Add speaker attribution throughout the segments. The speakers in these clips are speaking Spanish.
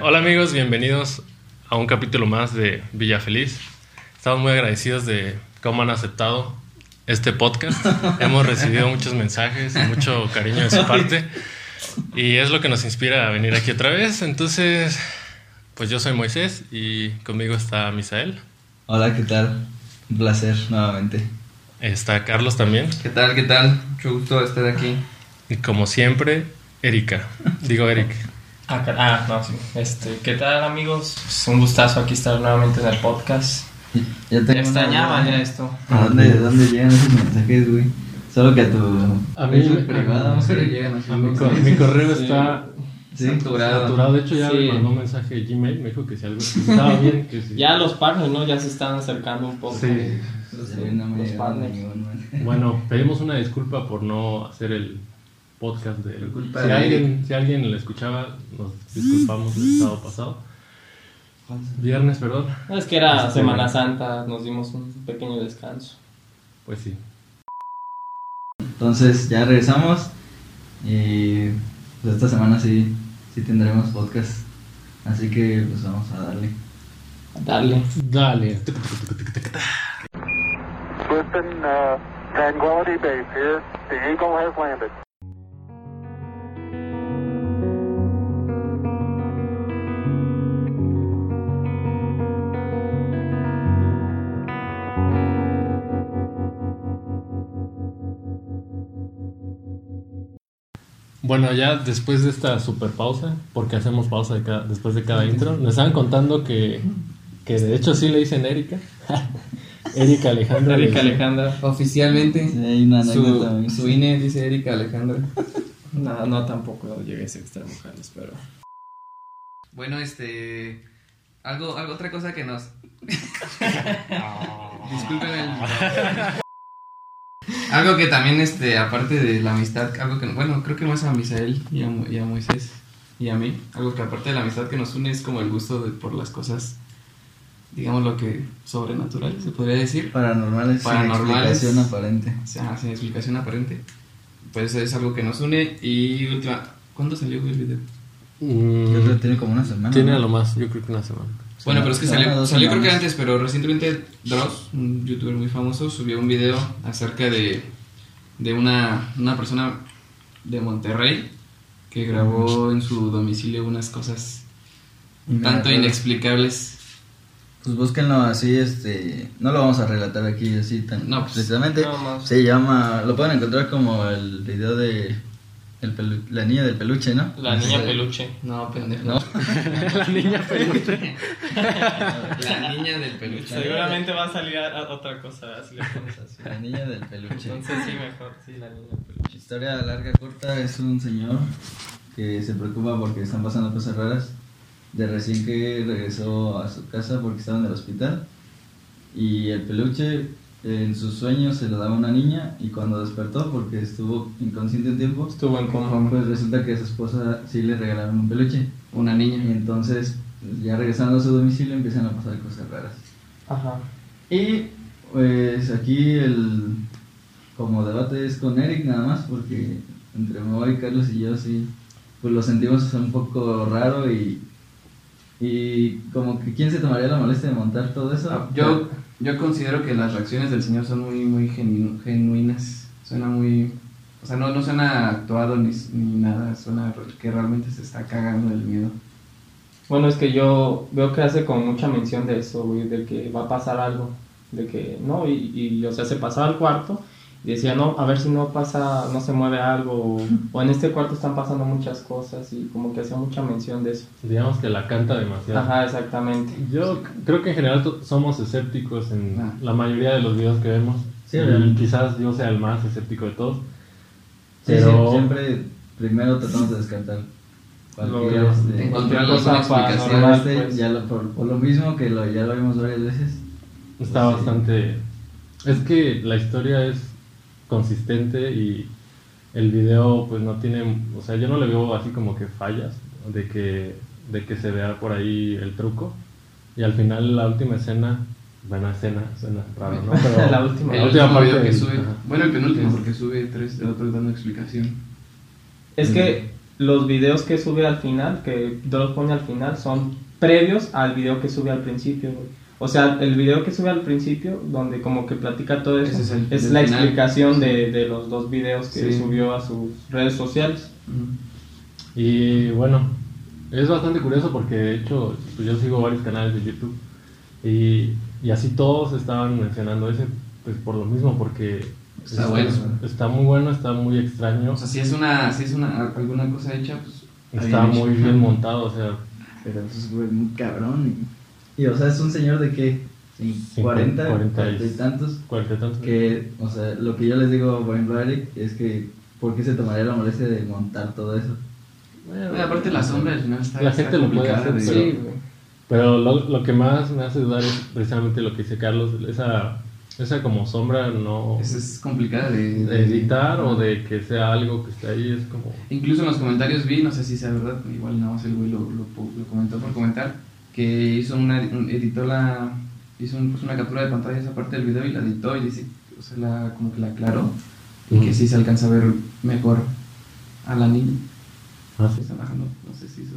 Speaker 1: Hola amigos, bienvenidos a un capítulo más de Villa Feliz. Estamos muy agradecidos de cómo han aceptado este podcast. Hemos recibido muchos mensajes, mucho cariño de su parte y es lo que nos inspira a venir aquí otra vez. Entonces, pues yo soy Moisés y conmigo está Misael.
Speaker 2: Hola, ¿qué tal? Un placer nuevamente.
Speaker 1: Está Carlos también.
Speaker 3: ¿Qué tal? ¿Qué tal? Mucho gusto estar aquí.
Speaker 1: Y como siempre, Erika. Digo Eric.
Speaker 4: Ah, car- ah, no, sí. Este, ¿Qué tal amigos? Pues un gustazo aquí estar nuevamente en el podcast.
Speaker 2: Ya
Speaker 4: Te
Speaker 2: tengo
Speaker 4: extrañaba ¿eh?
Speaker 2: una- ¿eh?
Speaker 4: ya esto.
Speaker 2: ¿A dónde, de dónde llegan esos mensajes, güey? Solo que a tu.
Speaker 5: A mí
Speaker 2: Facebook
Speaker 5: me-
Speaker 2: privado.
Speaker 3: No se le llegan
Speaker 5: A mi, cor- mi correo está
Speaker 2: Sí.
Speaker 3: Saturado.
Speaker 5: saturado. De hecho, ya
Speaker 4: Sí.
Speaker 5: me mandó un mensaje de Gmail. Me dijo que si algo estaba bien, que sí.
Speaker 4: Ya los partners, ¿no? Ya se están acercando un poco.
Speaker 5: Sí.
Speaker 2: Ya ven, no me
Speaker 4: Los
Speaker 2: llegaron
Speaker 4: partners.
Speaker 2: ningún, man.
Speaker 5: Bueno, pedimos una disculpa por no hacer el podcast de
Speaker 3: Por
Speaker 5: él.
Speaker 3: culpa
Speaker 5: Si
Speaker 3: de él.
Speaker 5: alguien, si alguien le escuchaba, nos disculpamos el sábado pasado. Viernes, perdón.
Speaker 4: No, Es que era
Speaker 5: Este,
Speaker 4: Semana
Speaker 5: bueno.
Speaker 4: Santa, nos dimos un pequeño descanso.
Speaker 5: Pues sí.
Speaker 2: Entonces, ya regresamos. Y pues esta semana sí, sí tendremos podcast. Así que, pues vamos a darle.
Speaker 4: Dale.
Speaker 5: Dale.
Speaker 6: Houston, uh, Tranquility Base here. The Eagle has landed.
Speaker 5: Bueno, ya después de esta super pausa, porque hacemos pausa de cada- después de cada intro, nos estaban contando que, que de hecho sí le dicen Erika. Erika Alejandra.
Speaker 4: Erika
Speaker 5: le-
Speaker 4: Alejandra.
Speaker 3: Oficialmente,
Speaker 2: Sí, hay una anécdota
Speaker 3: Mm. su,
Speaker 2: muy-
Speaker 3: su INE dice Erika Alejandra.
Speaker 4: No, no tampoco llegué a ser extra mujeres, pero.
Speaker 3: Bueno, este. Algo, algo, otra cosa que nos. Disculpen el. algo que también, este, aparte de la amistad, algo que. Bueno, creo que más a Misael y a, Mo- y a Moisés y a mí. Algo que aparte de la amistad que nos une es como el gusto de- por las cosas, digamos lo que sobrenaturales, se podría decir.
Speaker 2: Paranormales.
Speaker 3: Paranormales.
Speaker 2: Sin explicación aparente.
Speaker 3: O sea, sin explicación aparente. Pues es algo que nos une. Y ultra. ¿Cuándo salió el video?
Speaker 5: Mm.
Speaker 2: Yo creo que tiene como una semana.
Speaker 5: Tiene
Speaker 2: ¿no?
Speaker 5: a lo más, yo creo que una semana.
Speaker 3: Bueno, pero es que
Speaker 2: Semana,
Speaker 3: salió,
Speaker 2: dos
Speaker 3: salió creo que
Speaker 2: semanas.
Speaker 3: antes, pero recientemente Dross, un youtuber muy famoso, subió un video acerca de, de una, una persona de Monterrey que grabó en su domicilio unas cosas
Speaker 2: Y me
Speaker 3: tanto
Speaker 2: acuerdo.
Speaker 3: inexplicables.
Speaker 2: Pues búsquenlo así, este. No lo vamos a relatar aquí así tan
Speaker 3: No, pues,
Speaker 2: precisamente.
Speaker 4: no, no.
Speaker 2: Se llama. Lo pueden encontrar como el video de. el pelu- la niña del peluche, ¿no?
Speaker 4: La niña peluche.
Speaker 3: No, pendejo.
Speaker 2: No.
Speaker 5: La niña peluche.
Speaker 3: La niña del peluche.
Speaker 4: Seguramente va a salir a- a otra cosa si le pones así.
Speaker 2: La niña del peluche.
Speaker 4: Entonces sí, mejor, sí, la niña peluche.
Speaker 2: Historia larga, corta, es un señor que se preocupa porque están pasando cosas raras. De recién que regresó a su casa porque estaba en el hospital. Y el peluche en sus sueños se lo daba a una niña y cuando despertó porque estuvo inconsciente un tiempo,
Speaker 4: Estuvo en
Speaker 2: pues resulta que a su esposa sí le regalaron un peluche.
Speaker 3: Una
Speaker 2: Y
Speaker 3: niña.
Speaker 2: entonces, pues, ya regresando a su domicilio, empiezan a pasar cosas raras.
Speaker 4: Ajá.
Speaker 2: Y pues aquí el como debate es con Eric nada más, porque entre Moy, Carlos y yo sí, pues lo sentimos un poco raro y, y como que quién se tomaría la molestia de montar todo eso.
Speaker 3: Ah, Yo, yo considero que las reacciones del señor son muy, muy genu- genuinas. Suena muy. O sea, no, no suena actuado ni, ni nada. Suena que realmente se está cagando del miedo.
Speaker 4: Bueno, es que yo veo que hace como mucha mención de eso, güey, de que va a pasar algo, de que no, y, y, o sea, se pasaba al cuarto y decía, no, a ver si no pasa, no se mueve algo, o, o en este cuarto están pasando muchas cosas y como que hacía mucha mención de eso.
Speaker 5: Digamos que la canta demasiado.
Speaker 4: Ajá, exactamente.
Speaker 5: Yo c- creo que en general to- somos escépticos en
Speaker 3: Ah.
Speaker 5: la mayoría de los videos que vemos.
Speaker 2: Sí,
Speaker 5: y
Speaker 2: obviamente.
Speaker 5: quizás yo sea el más escéptico de todos.
Speaker 2: Sí,
Speaker 5: pero-
Speaker 2: sí, siempre primero tratamos de descartar. cualquier,
Speaker 5: Lo-
Speaker 2: este,
Speaker 3: Encontrar
Speaker 4: Cualquier cosa
Speaker 3: alguna explicación.
Speaker 2: cualquier
Speaker 4: paranormal,
Speaker 2: este,
Speaker 4: pues.
Speaker 2: ya lo- por, por lo mismo que lo, ya lo vimos varias veces.
Speaker 5: Está
Speaker 2: Sí.
Speaker 5: bastante... Es que la historia es consistente y el video pues no tiene... O sea, yo no le veo así como que fallas de que, de que se vea por ahí el truco. Y al final la última escena... Bueno, escena, suena raro, ¿no? Pero
Speaker 4: La última.
Speaker 5: la
Speaker 3: El
Speaker 5: última
Speaker 3: último
Speaker 5: parte
Speaker 3: video que
Speaker 5: del-
Speaker 3: sube.
Speaker 5: ajá.
Speaker 3: Bueno, el penúltimo, porque sube tres de otros dando explicación.
Speaker 4: Es que los videos que sube al final, que Dross pone al final, son previos al video que sube al principio, güey. O sea, el video que sube al principio, donde como que platica todo eso,
Speaker 3: Ese
Speaker 4: es,
Speaker 3: es el- el
Speaker 4: la
Speaker 3: final.
Speaker 4: explicación de, de los dos videos que
Speaker 3: Sí.
Speaker 4: subió a sus redes sociales.
Speaker 5: Y bueno, es bastante curioso porque de hecho pues yo sigo varios canales de YouTube y, y así todos estaban mencionando ese, pues por lo mismo, porque
Speaker 3: Está
Speaker 5: es-
Speaker 3: bueno.
Speaker 5: está muy bueno, está muy extraño,
Speaker 3: O sea, si es una, si es una, alguna cosa hecha, pues...
Speaker 5: está
Speaker 3: bien hecho.
Speaker 5: muy bien montado, o sea,
Speaker 2: Pero es güey, muy cabrón. Y, y, o sea, es un señor de qué? Sí,
Speaker 5: Cincuenta-
Speaker 2: 40,
Speaker 5: cuarenta y-
Speaker 2: 40 y tantos.
Speaker 5: cuarenta y tantos.
Speaker 2: Que, o sea, lo que yo les digo, por ejemplo, a Eric, es que, ¿por qué se tomaría la molestia de montar todo eso?
Speaker 5: Bueno,
Speaker 3: Oye, aparte la sombra al final está...
Speaker 5: La
Speaker 3: está
Speaker 5: gente lo puede
Speaker 3: complicada
Speaker 5: hacer,
Speaker 3: de-
Speaker 5: Sí,
Speaker 4: Sí, güey.
Speaker 5: Pero lo, lo que más me hace dudar es precisamente lo que dice Carlos, esa, esa como sombra no
Speaker 3: Es, es complicada de,
Speaker 5: de editar o de que sea algo que esté ahí, es como...
Speaker 3: Incluso en los comentarios vi, no sé si sea verdad, igual nada más el güey lo, lo, pu- lo comentó por comentar, que hizo una, un- editó la, hizo un- pues, una captura de pantalla de esa parte del video y la editó y dice, o sea, la, como que la aclaró y que
Speaker 5: Ujú.
Speaker 3: sí se alcanza a ver mejor a la niña.
Speaker 5: Ah, sí.
Speaker 3: Está bajando, no sé si eso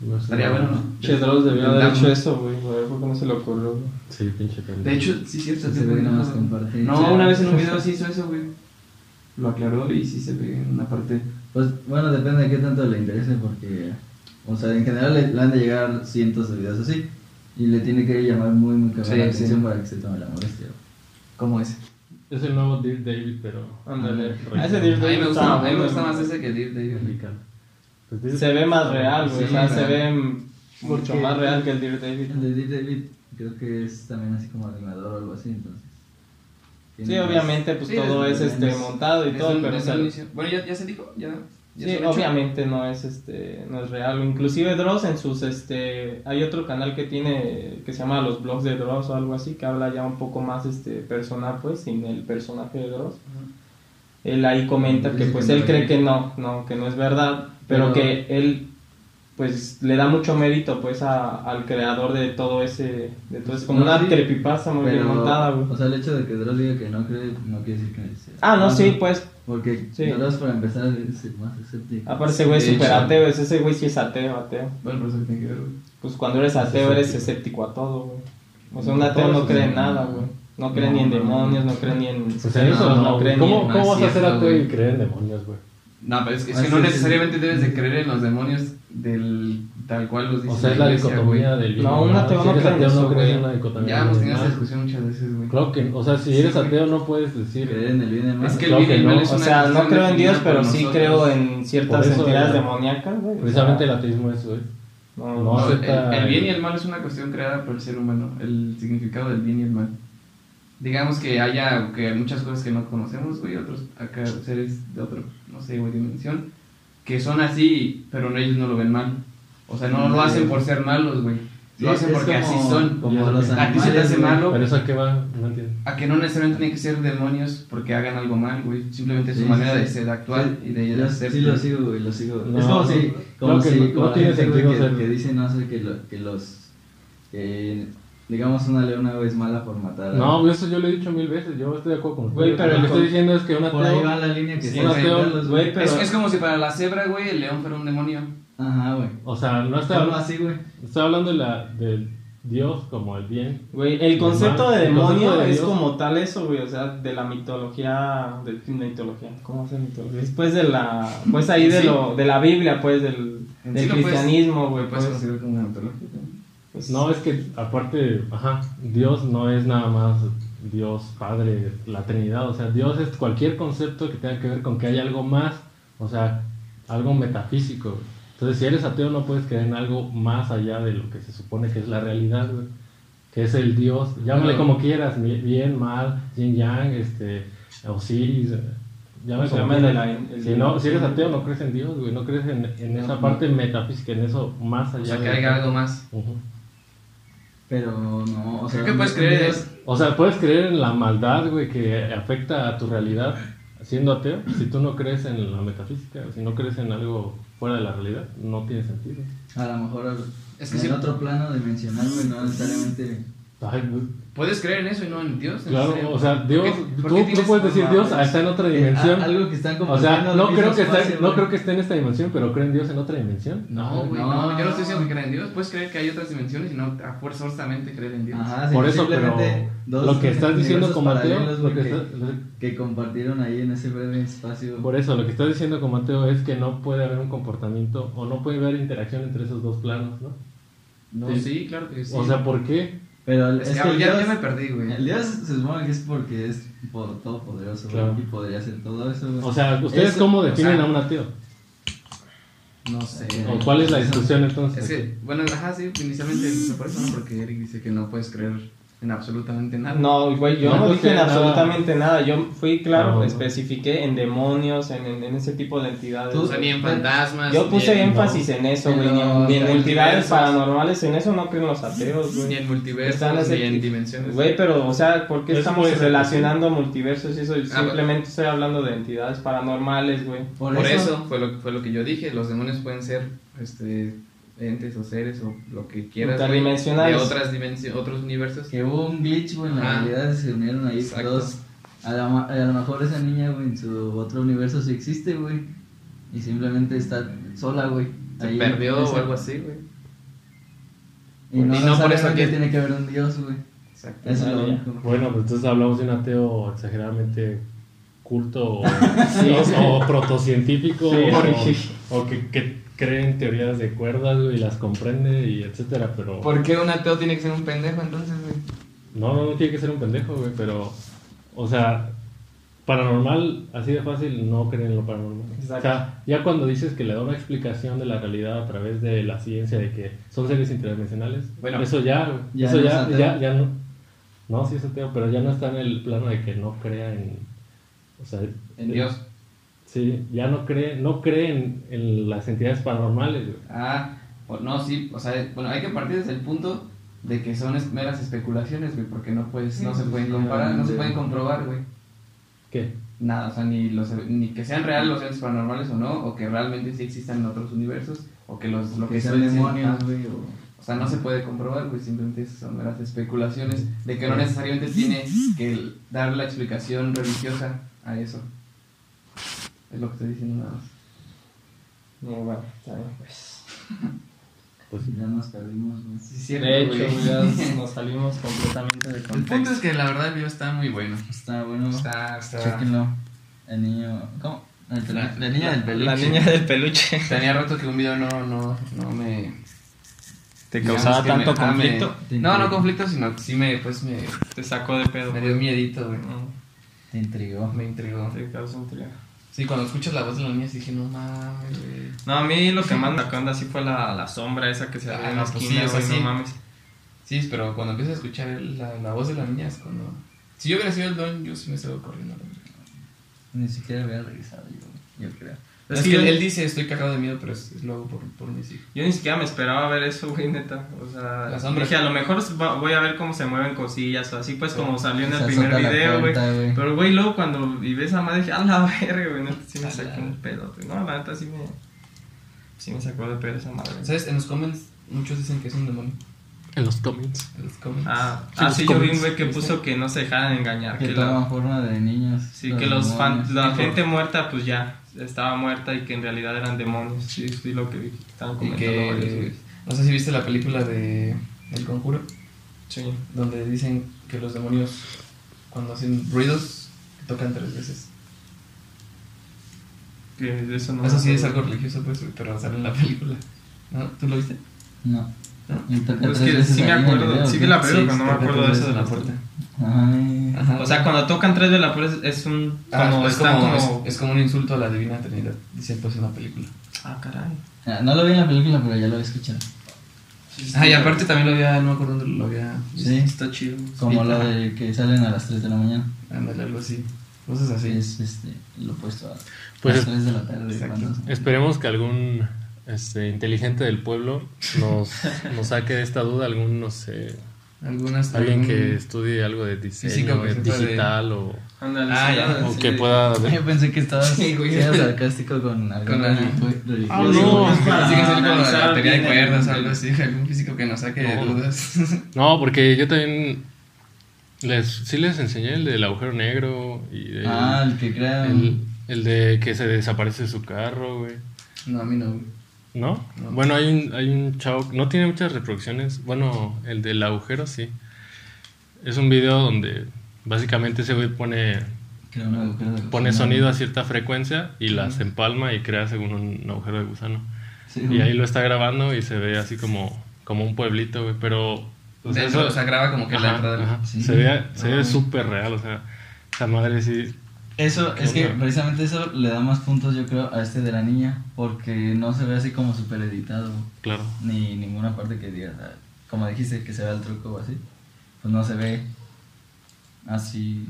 Speaker 5: No sé.
Speaker 3: estaría bueno, ¿no?
Speaker 4: Che, Dross debió haber
Speaker 3: Dame.
Speaker 4: hecho eso, güey. A ver, ¿por qué no se le ocurrió? güey?
Speaker 5: Sí, pinche pendejo.
Speaker 3: De hecho, sí es cierto,
Speaker 2: Se
Speaker 3: sí,
Speaker 2: ve
Speaker 3: güey,
Speaker 2: nada
Speaker 3: no,
Speaker 2: más compartir.
Speaker 3: no, una vez en un video sí hizo eso, güey. Lo aclaró y sí se ve en una parte.
Speaker 2: Pues, bueno, depende de qué tanto le interese, porque, o sea, en general le, le han de llegar cientos de videos así. Y le tiene que llamar muy, muy cabrón
Speaker 3: Sí,
Speaker 2: la
Speaker 3: sí.
Speaker 2: atención para que se tome la molestia.
Speaker 3: ¿Cómo es?
Speaker 5: Es el nuevo Dear David, pero.
Speaker 4: Ándale.
Speaker 5: Ah,
Speaker 4: Ese
Speaker 3: A
Speaker 4: Dear
Speaker 3: mí me gusta,
Speaker 4: Estaba
Speaker 3: a mí me
Speaker 4: bueno,
Speaker 3: gusta más
Speaker 4: güey.
Speaker 3: ese que Deep David.
Speaker 5: Americano. Pues dices-
Speaker 4: Se ve más real, güey.
Speaker 3: Sí,
Speaker 4: o sea, se
Speaker 3: real.
Speaker 4: ve mucho
Speaker 2: Porque-
Speaker 4: más real que el Dear David.
Speaker 2: El de Dear David creo que es también así como animador o algo así, entonces.
Speaker 4: Sí,
Speaker 2: Tiene más-
Speaker 4: obviamente, pues
Speaker 3: Sí,
Speaker 4: todo es,
Speaker 2: desde el
Speaker 4: este
Speaker 2: inicio.
Speaker 4: montado y
Speaker 3: Desde
Speaker 4: todo,
Speaker 3: un-
Speaker 4: pero o
Speaker 3: desde
Speaker 4: sea,
Speaker 3: un inicio. Bueno, ya, ya se dijo, ya. ya
Speaker 4: sí,
Speaker 3: se lo he
Speaker 4: obviamente no es este no es real. Inclusive Dross en sus este hay otro canal que tiene que se llama Los blogs de Dross o algo así que habla ya un poco más este personal pues sin el personaje de Dross. Él ahí comenta que
Speaker 2: Dice
Speaker 4: pues
Speaker 2: que
Speaker 4: él
Speaker 2: no
Speaker 4: cree
Speaker 2: es.
Speaker 4: que no, no que no es verdad,
Speaker 2: Pero-
Speaker 4: pero, que él pues le da mucho mérito pues a- al creador de todo ese de todo ese- como
Speaker 2: No,
Speaker 4: una
Speaker 2: sí,
Speaker 4: creepypasta muy bien
Speaker 2: Pero,
Speaker 4: montada, güey.
Speaker 2: O sea, el hecho de que Dross diga que no cree, no quiere decir que sea.
Speaker 4: Ah, no, sí, pues
Speaker 2: Porque
Speaker 4: Sí. Ah,
Speaker 2: Dross, para empezar, es el más escéptico.
Speaker 4: Aparte, ese güey es
Speaker 3: De
Speaker 4: súper
Speaker 3: hecho.
Speaker 4: ateo. Ese ese güey sí es ateo, ateo.
Speaker 3: Bueno, pero eso tiene que ver, güey.
Speaker 4: Pues cuando eres ateo, eres
Speaker 5: Escéptico.
Speaker 4: escéptico a todo, güey. O sea, un
Speaker 5: No,
Speaker 4: ateo
Speaker 5: todo
Speaker 4: no
Speaker 5: eso
Speaker 4: cree
Speaker 5: sí.
Speaker 4: en nada, güey. No cree ni en demonios, no cree ni en.
Speaker 5: O sea, Pues eso
Speaker 3: No,
Speaker 5: no,
Speaker 4: no
Speaker 5: güey.
Speaker 4: creen
Speaker 5: ¿Cómo,
Speaker 3: en
Speaker 5: cómo vas a
Speaker 3: cierto,
Speaker 5: ser ateo
Speaker 3: güey.
Speaker 5: y creer en demonios, güey?
Speaker 3: No, pero es que, es
Speaker 2: Ah,
Speaker 3: que no
Speaker 2: sí, sí.
Speaker 3: necesariamente debes de creer en los demonios del tal cual los dice
Speaker 5: O sea, es
Speaker 3: la
Speaker 5: la
Speaker 3: iglesia,
Speaker 5: dicotomía
Speaker 3: güey.
Speaker 5: del bien
Speaker 4: No,
Speaker 5: y
Speaker 4: un
Speaker 5: el mal.
Speaker 4: ateo
Speaker 5: Si
Speaker 4: no
Speaker 5: eres
Speaker 4: cree en
Speaker 5: ateo,
Speaker 4: eso,
Speaker 5: no crees
Speaker 4: güey.
Speaker 5: en la dicotomía.
Speaker 3: Ya pues,
Speaker 5: del
Speaker 3: hemos
Speaker 5: bien y
Speaker 3: tenido
Speaker 5: el
Speaker 3: esta
Speaker 5: mal.
Speaker 3: discusión muchas veces, güey.
Speaker 5: Claro que, o sea, si
Speaker 3: Sí,
Speaker 5: eres
Speaker 3: güey.
Speaker 5: ateo no puedes decir.
Speaker 2: Creer en el bien y el mal.
Speaker 3: Es que el
Speaker 5: Claro
Speaker 3: bien y
Speaker 5: que
Speaker 3: el mal
Speaker 5: no,
Speaker 3: es
Speaker 4: O
Speaker 3: una
Speaker 4: sea, no
Speaker 3: decisión
Speaker 4: creo en Dios,
Speaker 3: definida
Speaker 4: pero
Speaker 3: por
Speaker 4: sí
Speaker 3: nosotros.
Speaker 4: creo en ciertas
Speaker 5: Por eso,
Speaker 4: entidades
Speaker 5: güey.
Speaker 4: demoníacas, güey. O
Speaker 5: Precisamente el
Speaker 4: sea,
Speaker 5: ateísmo es eso, güey.
Speaker 4: No,
Speaker 5: no.
Speaker 4: no.
Speaker 3: No, el,
Speaker 5: acepta
Speaker 3: el bien y
Speaker 5: el-
Speaker 3: el mal es una cuestión creada por el ser humano, el significado del bien y el mal. Digamos que haya que hay muchas cosas que no conocemos, güey, otros acá seres de otro, no sé, güey, dimensión, que son así, pero no- ellos no lo ven mal. O sea, no lo hacen por ser malos, güey. Lo hacen porque así son.
Speaker 2: Como
Speaker 5: Ya,
Speaker 2: los
Speaker 5: güey.
Speaker 3: A ti se te
Speaker 2: animales.
Speaker 3: hace
Speaker 2: güey.
Speaker 3: malo,
Speaker 5: Pero eso a qué va, no entiendo.
Speaker 3: a que no necesariamente tienen que ser demonios porque hagan algo mal, güey. Simplemente es
Speaker 2: Sí,
Speaker 3: su
Speaker 2: sí,
Speaker 3: manera
Speaker 2: sí.
Speaker 3: de ser, de actuar
Speaker 2: Sí,
Speaker 3: y de
Speaker 2: yo
Speaker 3: hacer.
Speaker 2: Sí, lo sigo, güey, lo sigo.
Speaker 5: No,
Speaker 2: es como
Speaker 5: no,
Speaker 2: si.
Speaker 5: no,
Speaker 2: Como
Speaker 5: que
Speaker 2: si.
Speaker 5: no-
Speaker 2: como
Speaker 5: no tiene
Speaker 2: la gente, güey,
Speaker 5: sentido
Speaker 2: que,
Speaker 5: ser-
Speaker 2: que dicen, no sé, que, lo- que los. Que, digamos, una leona, güey, es mala por matar. a-
Speaker 5: No, güey, eso yo lo he dicho mil veces. Yo estoy de acuerdo con
Speaker 4: Güey,
Speaker 5: ustedes.
Speaker 4: pero
Speaker 5: Lo que
Speaker 4: el-
Speaker 5: estoy diciendo es que un
Speaker 2: Por ahí va
Speaker 5: ateo.
Speaker 2: la línea que
Speaker 3: Sí,
Speaker 2: siguen
Speaker 5: güey,
Speaker 2: Carlos,
Speaker 4: Güey, pero.
Speaker 3: Es, es como si para la cebra, güey, el león fuera un demonio.
Speaker 2: Ajá, güey.
Speaker 5: O sea, no estoy,
Speaker 2: Ponlo
Speaker 5: hablando-
Speaker 2: así, güey.
Speaker 5: estoy hablando de la, del Dios como el bien.
Speaker 4: Güey, el concepto de
Speaker 5: El concepto
Speaker 4: demonio
Speaker 5: de
Speaker 4: es
Speaker 5: Dios.
Speaker 4: como tal eso, güey, o sea, de la mitología, de la mitología, ¿cómo se mitología? Después de la, pues ahí de
Speaker 3: Sí.
Speaker 4: lo, de la Biblia, pues, del,
Speaker 3: En
Speaker 4: del
Speaker 3: sí lo puedes-
Speaker 4: cristianismo, güey,
Speaker 3: puedes
Speaker 4: pues,
Speaker 3: considerar como una mitología. también.
Speaker 4: pues,
Speaker 5: No, es que aparte, ajá, Dios no es nada más Dios, Padre, la Trinidad, o sea, Dios es cualquier concepto que tenga que ver con que hay algo más, o sea, algo metafísico. güey. Entonces, si eres ateo no puedes creer en algo más allá de lo que se supone que es la realidad, güey, que es el Dios, llámale
Speaker 3: Claro.
Speaker 5: como quieras, mi- bien, mal, yin yang, este, Osiris, eh, llámale
Speaker 4: Se
Speaker 5: como
Speaker 4: llama el de la-
Speaker 5: quieras.
Speaker 4: el-
Speaker 5: si, no, si eres ateo no crees en Dios, güey, no crees en, en esa
Speaker 2: no.
Speaker 5: parte metafísica, en eso más allá.
Speaker 3: O sea,
Speaker 5: de-
Speaker 3: que haya algo más.
Speaker 5: Ujú.
Speaker 2: Pero no, o sea.
Speaker 3: Creo que puedes creer
Speaker 2: un-
Speaker 3: es-
Speaker 5: O sea, puedes creer en la maldad, güey, que afecta a tu realidad siendo ateo. Si tú no crees en la metafísica, si no crees en algo fuera de la realidad, no tiene sentido.
Speaker 2: A lo mejor al-
Speaker 3: Es que
Speaker 2: en
Speaker 3: sí.
Speaker 2: otro plano dimensional, güey, no necesariamente
Speaker 5: Ay, pues,
Speaker 3: ¿Puedes creer en eso y no en Dios? ¿En
Speaker 5: claro,
Speaker 3: serio?
Speaker 5: o sea,
Speaker 3: ¿Por
Speaker 5: Dios,
Speaker 3: qué-
Speaker 5: tú,
Speaker 3: por qué
Speaker 5: tú
Speaker 3: tienes-
Speaker 5: puedes decir
Speaker 2: no
Speaker 5: Dios
Speaker 2: mames.
Speaker 5: está en otra
Speaker 2: Eh, a-
Speaker 5: dimensión.
Speaker 2: algo que están
Speaker 5: o sea,
Speaker 2: compartiendo.
Speaker 5: no
Speaker 2: el
Speaker 5: creo,
Speaker 2: mismo
Speaker 5: que está,
Speaker 2: espacio,
Speaker 5: no
Speaker 2: güey.
Speaker 5: creo que esté en esta dimensión, pero creen Dios en otra dimensión.
Speaker 3: No, güey, no,
Speaker 2: No.
Speaker 3: yo no estoy diciendo que creer en Dios. Puedes creer que hay otras dimensiones y no a fuerza forzosamente creer en Dios.
Speaker 2: Ajá, sí,
Speaker 5: Por eso, pero
Speaker 2: simplemente dos
Speaker 5: lo que estás diciendo
Speaker 2: universos
Speaker 5: como ateo,
Speaker 2: paralelos,
Speaker 5: lo
Speaker 2: güey,
Speaker 5: que
Speaker 2: que,
Speaker 5: estás- lo-
Speaker 2: que compartieron ahí en ese breve espacio.
Speaker 5: por eso, lo que estás diciendo como ateo es que no puede haber un comportamiento o no puede haber interacción entre esos dos planos, ¿no?
Speaker 2: No,
Speaker 3: Sí, sí, claro que sí.
Speaker 5: O sea, ¿por qué?
Speaker 2: Pero el-
Speaker 3: Es
Speaker 2: es,
Speaker 3: que
Speaker 2: que el
Speaker 3: ya,
Speaker 2: Dios,
Speaker 3: ya me perdí, güey.
Speaker 2: el Dios se supone que es porque es por, todopoderoso güey,
Speaker 5: Claro.
Speaker 2: y podría hacer todo eso. güey.
Speaker 5: O sea, ¿ustedes
Speaker 2: Eso-
Speaker 5: cómo
Speaker 3: o
Speaker 5: definen
Speaker 3: sea-
Speaker 5: a un ateo?
Speaker 3: No sé.
Speaker 5: ¿O cuál es la
Speaker 2: Eso-
Speaker 5: discusión
Speaker 3: Es
Speaker 5: entonces?
Speaker 3: que, bueno, ajá, sí, inicialmente empezó por eso, ¿no? Porque Eric dice que no puedes creer en absolutamente nada.
Speaker 4: No, güey, yo
Speaker 5: No,
Speaker 4: no,
Speaker 5: no
Speaker 4: dije en
Speaker 5: tiene nada.
Speaker 4: absolutamente nada. Yo fui claro,
Speaker 5: No, no.
Speaker 4: especifiqué en demonios, en, en- en ese tipo de entidades.
Speaker 2: Tú-
Speaker 3: O sea, ni en fantasmas.
Speaker 4: yo puse
Speaker 3: ni en,
Speaker 4: énfasis en eso, güey, ni en,
Speaker 3: Pero
Speaker 4: ni en
Speaker 3: los
Speaker 4: entidades
Speaker 3: multiversos.
Speaker 4: paranormales, en eso no creen los ateos,
Speaker 3: ni
Speaker 4: güey.
Speaker 3: en multiversos,
Speaker 4: Están
Speaker 3: ni
Speaker 4: así-
Speaker 3: en dimensiones.
Speaker 4: Güey, pero, o sea, ¿por qué
Speaker 5: Eso puede
Speaker 4: estamos
Speaker 5: ser
Speaker 4: relacionando multiversos y eso? Yo
Speaker 3: Ah,
Speaker 4: Simplemente estoy hablando de entidades paranormales, güey.
Speaker 2: Por,
Speaker 3: Por,
Speaker 2: eso,
Speaker 3: eso, fue, lo, fue lo que yo dije. Los demonios pueden ser este, entes o seres o lo que quieras. güey,
Speaker 4: Interdimensionales.
Speaker 3: De otras dimensiones, otros universos.
Speaker 2: que hubo un glitch, güey, en la
Speaker 3: Ajá.
Speaker 2: realidad se unieron ahí
Speaker 3: Ah. Exacto.
Speaker 2: dos. A, la ma- a lo mejor esa niña, güey, en su otro universo sí existe, güey. Y simplemente está sola, güey.
Speaker 3: Se
Speaker 2: ahí en
Speaker 3: perdió
Speaker 2: ese-
Speaker 3: o algo así, güey.
Speaker 2: Y no,
Speaker 3: Y no por eso
Speaker 2: necesariamente
Speaker 3: que-
Speaker 2: tiene que haber un dios, güey.
Speaker 3: Exacto.
Speaker 2: Eso es lo
Speaker 4: Ah, ya.
Speaker 2: único.
Speaker 5: Bueno, pues entonces hablamos de un ateo exageradamente culto o, o, o protocientífico
Speaker 4: Sí.
Speaker 5: o, o que, que cree en teorías de cuerdas güey, y las comprende y etcétera, pero
Speaker 3: ¿Por qué un ateo tiene que ser un pendejo entonces, güey?
Speaker 5: no, no, no tiene que ser un pendejo, güey, pero o sea, paranormal, así de fácil, no creen en lo paranormal.
Speaker 4: Exacto.
Speaker 5: O sea, ya cuando dices que le da una explicación de la realidad a través de la ciencia de que son seres interdimensionales,
Speaker 3: Bueno.
Speaker 5: eso ya, güey,
Speaker 2: Ya
Speaker 5: eso
Speaker 2: no es
Speaker 5: ya,
Speaker 2: ateo.
Speaker 5: ya, ya no. No, sí es ateo, pero ya no está en el plano de que no crea en. O sea,
Speaker 3: En Dios.
Speaker 5: Sí, ya no cree, no creen en las entidades paranormales, güey.
Speaker 3: Ah, o- no, sí, o sea, bueno, hay que partir desde el punto de que son es- meras especulaciones, güey, porque no puedes, no se pueden comparar, no se pueden comprobar, güey.
Speaker 5: ¿Qué?
Speaker 3: Nada, o sea, ni, los, ni que sean reales los seres paranormales o no, o que realmente sí existan en otros universos, o que los, lo
Speaker 2: Lo
Speaker 3: que,
Speaker 2: que sean
Speaker 3: estoy diciendo-
Speaker 2: demonios,
Speaker 3: ah,
Speaker 2: güey, o...
Speaker 3: O sea, no se puede comprobar, güey, simplemente son meras especulaciones de que no necesariamente tiene que dar la explicación religiosa a eso. Es lo que estoy diciendo nada más.
Speaker 4: Y bueno, está bien, pues.
Speaker 5: Pues
Speaker 2: Ya nos perdimos, güey.
Speaker 3: Sí,
Speaker 4: De hecho, ya nos salimos completamente del
Speaker 3: El punto
Speaker 4: contexto.
Speaker 3: es que la verdad el video está muy bueno.
Speaker 2: Está bueno.
Speaker 3: Está, está.
Speaker 2: Chequenlo. El niño... ¿Cómo? El pel- La, niña del peluche.
Speaker 4: La niña del peluche.
Speaker 3: Tenía rato que un video no, no, no me.
Speaker 4: ¿Te
Speaker 3: digamos
Speaker 4: causaba
Speaker 3: que me-
Speaker 4: tanto
Speaker 3: ah, me-
Speaker 4: conflicto?
Speaker 2: Te
Speaker 3: no, no
Speaker 2: intrigó.
Speaker 3: conflicto, sino que sí me, pues me,
Speaker 4: Te sacó de pedo.
Speaker 3: me dio miedito, güey.
Speaker 2: Te intrigó.
Speaker 3: Me intrigó.
Speaker 4: Te causó intriga.
Speaker 3: Sí, cuando escuchas la voz de la niña, sí dije, no mames, güey.
Speaker 4: No, a mí lo que más me sacó onda sí fue la, la sombra esa que se
Speaker 3: Ah,
Speaker 4: ve en la
Speaker 3: no, pues sí,
Speaker 4: esquina,
Speaker 3: o sea,
Speaker 4: güey, no
Speaker 3: sí.
Speaker 4: mames.
Speaker 3: Sí, pero cuando empiezas a escuchar el- la, la voz de la niña es cuando. Si yo hubiera sido el don, yo sí me estaba corriendo. la verdad.
Speaker 2: Ni siquiera había regresado yo, yo creo.
Speaker 3: Es,
Speaker 4: Es
Speaker 3: que
Speaker 4: que-
Speaker 3: él, él dice, estoy cagado de miedo, pero es, es lo hago por, por mis hijos.
Speaker 4: Yo ni siquiera me esperaba ver eso, güey, neta. O
Speaker 3: La
Speaker 4: sea,
Speaker 3: sombra.
Speaker 4: dije, a lo mejor va- voy a ver cómo se mueven cosillas o así, pues como salió en el
Speaker 2: Se
Speaker 4: primer
Speaker 2: azota la
Speaker 4: video, güey.
Speaker 2: puerta, güey.
Speaker 4: Pero, güey, luego cuando vi esa madre dije, a la verga, güey, neta, sí me sacó un pedo. güey. No, la neta sí me, sí me sacó de pedo esa madre.
Speaker 3: ¿Sabes? En los comments, muchos dicen que es un demonio.
Speaker 1: En los comments.
Speaker 3: En los comments.
Speaker 4: Ah, ah, sí, yo vi un güey que puso que no se dejaran engañar,
Speaker 2: Que
Speaker 4: que
Speaker 2: toma
Speaker 4: la,
Speaker 2: forma de niños.
Speaker 4: sí, que los fan-
Speaker 2: demonios.
Speaker 4: la gente muerta pues ya estaba muerta y que en realidad eran demonios. Sí, sí, lo que vi, que estaban
Speaker 3: Y
Speaker 4: comentando varios,
Speaker 3: que.
Speaker 4: güey.
Speaker 3: No sé si viste la película de. El conjuro.
Speaker 4: Sí.
Speaker 3: donde dicen que los demonios cuando hacen ruidos tocan tres veces.
Speaker 4: Que eso no
Speaker 3: Eso sí es algo religioso, pues, güey, pero sale en la película. ¿No? ¿Tú lo viste?
Speaker 2: No.
Speaker 3: ¿No?
Speaker 2: Y toca
Speaker 4: Es
Speaker 2: tres
Speaker 4: que
Speaker 2: veces
Speaker 4: sí me
Speaker 2: ahí en el
Speaker 4: acuerdo,
Speaker 2: video,
Speaker 4: sí
Speaker 2: ¿o
Speaker 4: vi
Speaker 2: qué?
Speaker 4: la película, pero no me
Speaker 3: tocan
Speaker 4: acuerdo de
Speaker 3: tres
Speaker 4: eso de
Speaker 3: veces
Speaker 4: la
Speaker 3: en
Speaker 4: puerta.
Speaker 2: Ay.
Speaker 3: Ajá.
Speaker 4: O sea, cuando tocan tres de la puerta es, es un...
Speaker 3: Ah,
Speaker 4: como
Speaker 3: es,
Speaker 4: está
Speaker 3: como,
Speaker 4: como...
Speaker 3: Es, es como un insulto a la divina trinidad, dicen pues en la película.
Speaker 4: Ah, caray.
Speaker 2: Ah, No lo vi en la película, pero ya lo he escuchado.
Speaker 3: Ah, y aparte también lo había, no me acuerdo dónde lo había.
Speaker 2: Sí.
Speaker 3: está chido.
Speaker 2: Como lo
Speaker 3: Ajá.
Speaker 2: de que salen a las 3 de la mañana.
Speaker 3: Ándale, algo así. Cosas así.
Speaker 2: Es este, lo opuesto a
Speaker 1: Pues
Speaker 2: las
Speaker 1: es-
Speaker 2: 3 de la tarde.
Speaker 3: Exacto.
Speaker 2: cuando-
Speaker 1: Esperemos que algún este, inteligente del pueblo nos, nos saque de esta duda, algún, no sé,
Speaker 3: Algunas
Speaker 5: Alguien que
Speaker 3: también-
Speaker 5: estudie algo de diseño,
Speaker 3: Físico, que
Speaker 5: eh,
Speaker 3: sepa de-
Speaker 5: digital o,
Speaker 4: Ándale,
Speaker 3: Ah,
Speaker 4: sí,
Speaker 3: ya.
Speaker 4: nada,
Speaker 5: o
Speaker 4: sí,
Speaker 5: que
Speaker 4: de-
Speaker 5: pueda...
Speaker 2: Yo pensé que estabas
Speaker 3: Sí, güey.
Speaker 2: eras sarcástico con
Speaker 3: Con
Speaker 2: alguna
Speaker 3: la-
Speaker 2: religión-
Speaker 4: Ah,
Speaker 2: religión.
Speaker 4: no.
Speaker 3: Físico,
Speaker 4: es para
Speaker 3: así que hacer como la
Speaker 4: analizar
Speaker 3: teoría de
Speaker 4: bien el-
Speaker 3: cuerdas o algo así, algún físico que nos saque de
Speaker 5: No.
Speaker 3: dudas.
Speaker 5: No, porque yo también les, sí les enseñé el del agujero negro y del-
Speaker 2: Ah, el que crea.
Speaker 5: el, el de que se desaparece su carro, güey.
Speaker 3: No, a mí no. güey.
Speaker 5: ¿No?
Speaker 3: No.
Speaker 5: Bueno, hay un, hay un chavo, no tiene muchas reproducciones. Bueno, el del agujero sí. Es un video donde básicamente ese güey pone,
Speaker 2: Crea un agujero de
Speaker 5: pone
Speaker 2: gusano.
Speaker 5: sonido a cierta frecuencia y las empalma y crea según un agujero de gusano.
Speaker 2: Sí,
Speaker 5: Y
Speaker 2: güey.
Speaker 5: ahí lo está grabando y se ve así como, como un pueblito, güey. Pero. o sea,
Speaker 3: Dentro,
Speaker 5: eso-
Speaker 3: o sea, graba como que
Speaker 5: Ajá,
Speaker 3: la entrada. del- Ah.
Speaker 5: ajá.
Speaker 2: Sí.
Speaker 5: Se ve, se
Speaker 3: No,
Speaker 5: ve
Speaker 3: güey.
Speaker 5: súper real, o sea, esa madre sí.
Speaker 2: Eso, es que
Speaker 5: Ajá.
Speaker 2: precisamente eso le da más puntos, yo creo, a este de la niña. Porque no se ve así como super editado.
Speaker 5: Claro.
Speaker 2: Ni ninguna parte que diga, ah, como dijiste, que se vea el truco o así. Pues no se ve así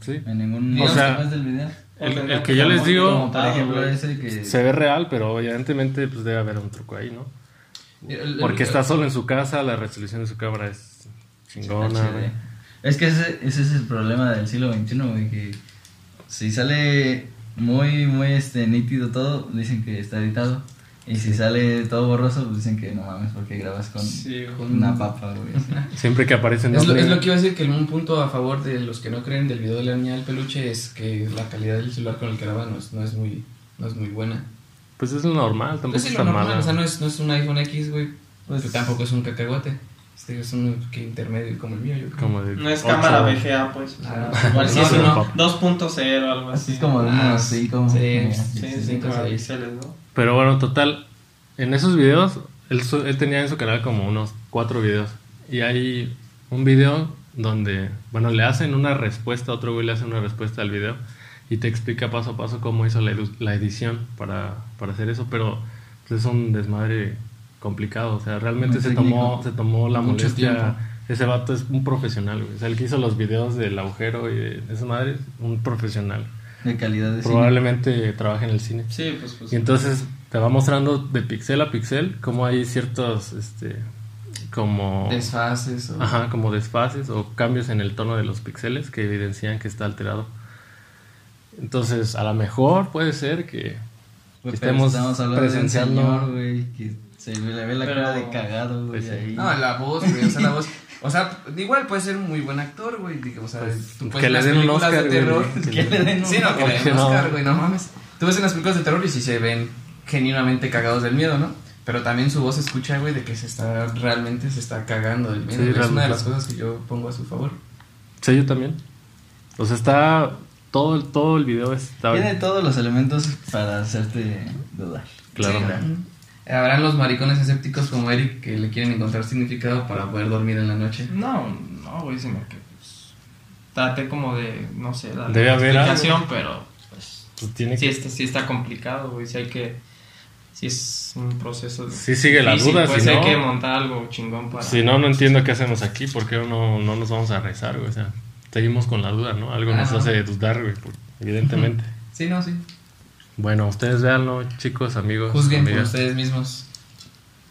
Speaker 5: Sí.
Speaker 2: en ningún
Speaker 5: O sea,
Speaker 2: más del video.
Speaker 5: El,
Speaker 4: Entender
Speaker 5: el que yo les
Speaker 4: cómo-
Speaker 5: digo
Speaker 2: Como por
Speaker 4: ah,
Speaker 2: ejemplo eh,
Speaker 4: güey.
Speaker 2: ese que.
Speaker 5: se ve real, pero evidentemente pues debe haber un truco ahí, ¿no?
Speaker 3: El-
Speaker 5: Porque
Speaker 3: el-
Speaker 5: está solo en su casa, la resolución de su cámara es chingona,
Speaker 2: HD.
Speaker 5: güey.
Speaker 2: Es que ese, ese es el problema del siglo XXI, güey, que si sale muy, muy este, nítido todo, dicen que está editado. Y si sale todo borroso, pues dicen que no mames, porque grabas con,
Speaker 4: Sí, güey.
Speaker 2: con una papa, güey. así.
Speaker 5: Siempre que aparece
Speaker 3: Es lo,
Speaker 5: nombre-
Speaker 3: es lo que iba a decir que un punto a favor de los que no creen del video de la niña del peluche es que la calidad del celular con el que graba no es, no es, muy, no es muy buena.
Speaker 5: Pues es lo normal, tampoco
Speaker 3: Pues sí,
Speaker 5: es
Speaker 3: lo
Speaker 5: tan
Speaker 3: normal,
Speaker 5: mala.
Speaker 3: o sea, no es, no es un iPhone X, güey,
Speaker 2: Pues-
Speaker 3: pero tampoco es un cacahuate. Este es un que intermedio como el mío, yo creo.
Speaker 5: Como de
Speaker 4: No es
Speaker 5: ocho,
Speaker 4: cámara
Speaker 5: güey.
Speaker 4: VGA, pues. o sea,
Speaker 3: Ah,
Speaker 4: igual sí
Speaker 5: no,
Speaker 4: es
Speaker 5: pero
Speaker 4: uno
Speaker 5: pop.
Speaker 4: 2.0, algo
Speaker 2: Así
Speaker 4: así.
Speaker 2: es como de unos
Speaker 3: sí,
Speaker 2: cinco.
Speaker 3: sí,
Speaker 2: eh,
Speaker 3: sí,
Speaker 4: Sí,
Speaker 3: sí,
Speaker 4: sí,
Speaker 3: cinco,
Speaker 4: como
Speaker 3: seis.
Speaker 4: píxeles, ¿no?
Speaker 5: Pero bueno, total, en esos videos, él, su- él tenía en su canal como unos cuatro videos. Y hay un video donde, bueno, le hacen una respuesta, otro güey le hace una respuesta al video y te explica paso a paso cómo hizo la, edu- la edición para, para hacer eso, pero pues, es un desmadre complicado, o sea, realmente
Speaker 2: Muy
Speaker 5: se
Speaker 2: técnico.
Speaker 5: tomó, se tomó la
Speaker 3: Mucho
Speaker 5: molestia.
Speaker 3: tiempo.
Speaker 5: Ese vato es un profesional, güey. O sea, el que hizo los videos del agujero y de esa madre, es un profesional.
Speaker 2: De calidad de cine.
Speaker 5: Probablemente trabaja en el cine.
Speaker 4: Sí, pues, pues.
Speaker 5: Y entonces te va mostrando de pixel a pixel cómo hay ciertos, este, como...
Speaker 3: Desfases o...
Speaker 5: Oh. Ajá, como desfases o cambios en el tono de los píxeles que evidencian que está alterado. Entonces, a lo mejor puede ser que...
Speaker 2: Güey, pero
Speaker 5: estemos
Speaker 2: hablando de un
Speaker 5: presenciando-
Speaker 2: señor, güey, que se le ve la
Speaker 4: Pero-
Speaker 2: cara de cagado, güey,
Speaker 5: Pues sí.
Speaker 2: ahí.
Speaker 3: No, la voz, güey, o sea, la voz... O sea, igual puede ser un muy buen actor, güey, digo, o sea,
Speaker 5: Pues,
Speaker 3: tú
Speaker 5: que
Speaker 3: puedes ver
Speaker 5: le
Speaker 3: las
Speaker 5: den un
Speaker 3: películas
Speaker 5: Oscar,
Speaker 3: de
Speaker 5: güey,
Speaker 3: terror...
Speaker 5: ¿no?
Speaker 2: Que le den un-
Speaker 3: Sí, no, que le den
Speaker 5: Ojalá.
Speaker 3: Oscar, güey, no mames. Tú ves en las películas de terror y sí se ven genuinamente cagados del miedo, ¿no? Pero también su voz se escucha, güey, de que se está, realmente se está cagando del miedo.
Speaker 5: Sí,
Speaker 3: güey. es una
Speaker 5: realmente.
Speaker 3: de las cosas que yo pongo a su favor.
Speaker 5: Sí, yo también. O sea, está... Todo, el- todo el video está...
Speaker 2: Tiene todos los elementos para hacerte dudar.
Speaker 5: Claro.
Speaker 3: Sí. Habrán los maricones escépticos como Eric que le quieren encontrar significado para poder dormir en la noche.
Speaker 4: No, no, güey, sino que. Pues, trate como de. No sé, la
Speaker 5: Debe haber
Speaker 4: explicación, pero. Pues,
Speaker 5: Pues tiene
Speaker 4: sí,
Speaker 5: que...
Speaker 4: está, sí está complicado, güey. Si hay que. Si es un proceso.
Speaker 5: Sí sigue la
Speaker 4: difícil,
Speaker 5: duda,
Speaker 4: pues,
Speaker 5: si
Speaker 4: hay
Speaker 5: no-
Speaker 4: que montar algo chingón para.
Speaker 5: Si no, no entiendo qué hacemos aquí, porque no, no nos vamos a rezar, güey. O sea, seguimos con la duda, ¿no? Algo nos
Speaker 3: Ajá.
Speaker 5: hace dudar, güey, por- evidentemente.
Speaker 3: Sí, no, sí.
Speaker 5: Bueno, ustedes véanlo, chicos, amigos.
Speaker 3: Juzguen por
Speaker 5: amigas.
Speaker 3: ustedes mismos.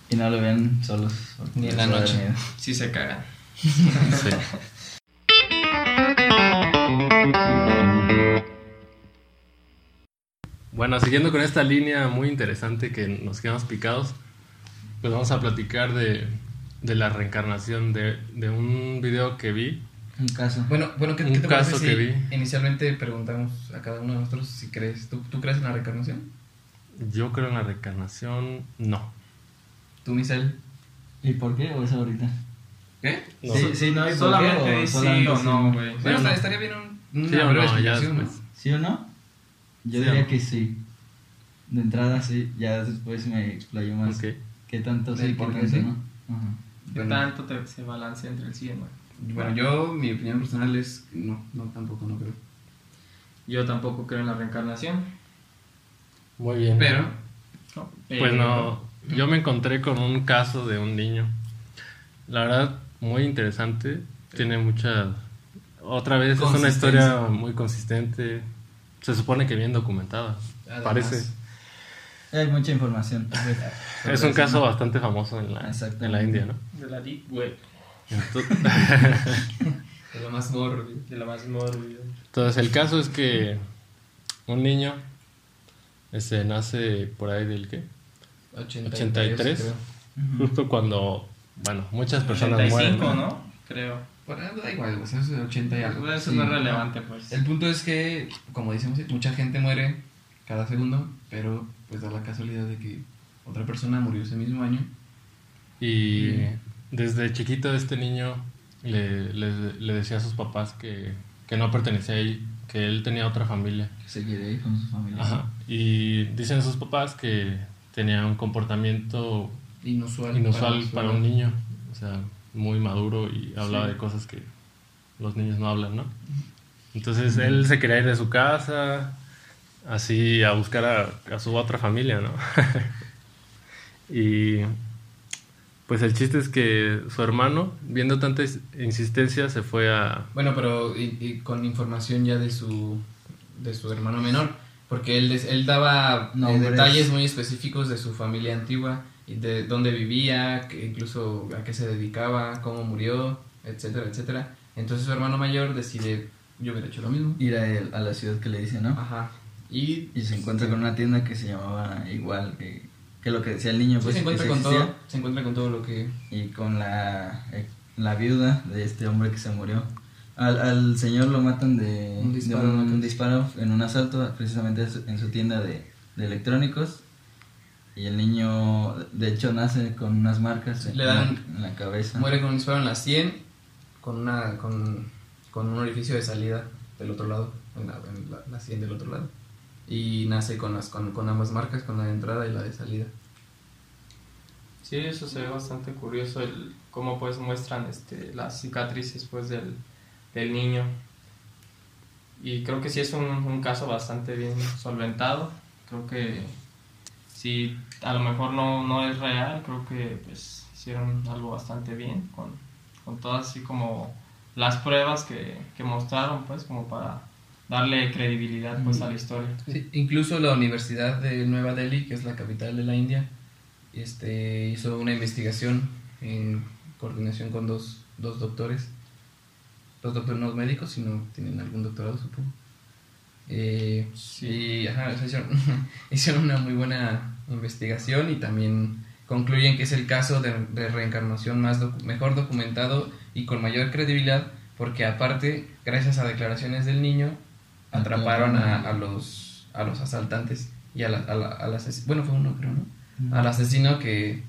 Speaker 2: Y no lo vean solos. porque
Speaker 3: Ni en la
Speaker 2: les va a dar
Speaker 3: noche.
Speaker 2: miedo.
Speaker 4: Si se cagan.
Speaker 5: Sí. Bueno, siguiendo con esta línea muy interesante que nos quedamos picados, pues vamos a platicar de, de la reencarnación, de, de un video que vi.
Speaker 2: Un caso.
Speaker 3: Bueno, bueno, ¿qué,
Speaker 5: Un
Speaker 3: qué te parece
Speaker 5: caso
Speaker 3: si
Speaker 5: que vi.
Speaker 3: inicialmente preguntamos a cada uno de nosotros si crees... ¿Tú, tú crees en la reencarnación?
Speaker 5: Yo creo en la reencarnación, no.
Speaker 3: ¿Tú, Michelle?
Speaker 2: ¿Y por qué? ¿O es ahorita?
Speaker 3: ¿Qué?
Speaker 5: No.
Speaker 2: sí, no hay por qué,
Speaker 4: Solamente
Speaker 2: o
Speaker 4: di sí
Speaker 2: solamente
Speaker 4: o
Speaker 2: sí.
Speaker 4: no, güey.
Speaker 3: Bueno,
Speaker 5: Bueno.
Speaker 3: estaría bien un- una
Speaker 5: Sí o no,
Speaker 3: breve
Speaker 5: ya
Speaker 3: explicación, ¿no?
Speaker 5: después.
Speaker 2: ¿Sí o no? Yo
Speaker 5: Sí o
Speaker 2: diría
Speaker 5: no.
Speaker 2: que sí. De entrada sí, ya después me explayó más.
Speaker 5: Ok.
Speaker 2: ¿Qué tanto
Speaker 3: ¿Del
Speaker 2: sí, qué
Speaker 3: por qué
Speaker 2: tanto
Speaker 3: sí?
Speaker 2: no? Ajá.
Speaker 4: ¿Qué
Speaker 3: Bueno.
Speaker 4: tanto te, se balancea entre el sí y el no?
Speaker 3: Bueno, yo, mi opinión personal es que no, no, tampoco, no creo.
Speaker 4: Yo tampoco creo en la reencarnación.
Speaker 5: Muy bien.
Speaker 3: Pero,
Speaker 4: ¿no?
Speaker 5: Pues
Speaker 4: Eh,
Speaker 5: no, yo me encontré con un caso de un niño. La verdad, muy interesante. Tiene mucha... Otra vez es una
Speaker 3: Consistencia.
Speaker 5: historia muy consistente. Se supone que bien documentada.
Speaker 3: Además.
Speaker 5: Parece.
Speaker 2: Hay mucha información.
Speaker 5: Es un caso bastante famoso en la, en la
Speaker 2: Exactamente.
Speaker 5: India, ¿no?
Speaker 4: De la deep web.
Speaker 5: Entonces,
Speaker 3: De lo más mórbido.
Speaker 4: De lo más mórbido.
Speaker 5: Entonces, el caso es que un niño este, nace por ahí del qué? 83,
Speaker 3: creo.
Speaker 5: justo cuando, bueno, muchas personas
Speaker 4: 85,
Speaker 5: mueren.
Speaker 4: ¿no? Creo.
Speaker 3: Por ahí da igual, o sea, es de 80 y algo.
Speaker 4: Eso
Speaker 3: Sí.
Speaker 4: no es relevante, pues.
Speaker 3: El punto es que, como decimos, mucha gente muere cada segundo, pero pues da la casualidad de que otra persona murió ese mismo año.
Speaker 5: Y desde chiquito este niño le, le- le decía a sus papás que, que no pertenecía ahí, que él tenía otra familia.
Speaker 2: Que se quiere ir con su familia.
Speaker 5: Ajá. Y dicen sus papás que tenía un comportamiento
Speaker 3: Inusual.
Speaker 5: inusual
Speaker 3: su
Speaker 5: para
Speaker 3: edad.
Speaker 5: un niño, o sea, muy maduro y hablaba
Speaker 3: Sí.
Speaker 5: de cosas que los niños no hablan, ¿no? Entonces él se quería ir de su casa, así a buscar a, a su otra familia, ¿no? y pues el chiste es que su hermano, viendo tanta ins- insistencia, se fue a...
Speaker 3: Bueno, pero y, y con información ya de su, de su hermano menor, porque él, des- él daba eh,
Speaker 2: Nombres.
Speaker 3: detalles muy específicos de su familia antigua, y de dónde vivía, que incluso a qué se dedicaba, cómo murió, etcétera, etcétera. Entonces su hermano mayor decide, yo hubiera hecho lo mismo.
Speaker 2: Ir a, él- a la ciudad que le dice, ¿no?
Speaker 3: Ajá. Y,
Speaker 2: Y se encuentra con una tienda que se llamaba igual que, que lo que decía el niño.
Speaker 3: Sí,
Speaker 2: pues, que
Speaker 3: se encuentra
Speaker 2: sí
Speaker 3: con
Speaker 2: existía.
Speaker 3: todo, se encuentra con todo lo que
Speaker 2: Y con la, eh, la viuda de este hombre que se murió. Al, al señor lo matan de
Speaker 3: Un
Speaker 2: de
Speaker 3: disparo.
Speaker 2: un, un disparo en un asalto, precisamente en su- en su tienda de, de electrónicos. Y el niño, de hecho, nace con unas marcas en,
Speaker 3: Le dan-
Speaker 2: la, en la cabeza.
Speaker 3: muere con un disparo en la 100 con una con, con un orificio de salida del otro lado, en la, en la- la 100 del otro lado. Y nace con las con, con ambas marcas, con la de entrada y la de salida.
Speaker 4: Sí, eso se ve bastante curioso, el cómo pues muestran este, las cicatrices pues del, del niño. Y creo que sí es un, un caso bastante bien solventado. Creo que sí, a lo mejor no, no es real, creo que pues hicieron algo bastante bien con, con todas así como las pruebas que, que mostraron pues como para darle credibilidad pues a la historia.
Speaker 3: Sí, incluso la Universidad de Nueva Delhi, que es la capital de la India, este, hizo una investigación en coordinación con dos, dos doctores, dos doctores no médicos, sino tienen algún doctorado, supongo. Eh, Y ajá, o sea, hicieron, hicieron una muy buena investigación y también concluyen que es el caso de, de reencarnación más docu- mejor documentado y con mayor credibilidad, porque aparte, gracias a declaraciones del niño, Ah, atraparon a, a los a los asaltantes y a la, a la- al ases- bueno fue uno creo no al asesino que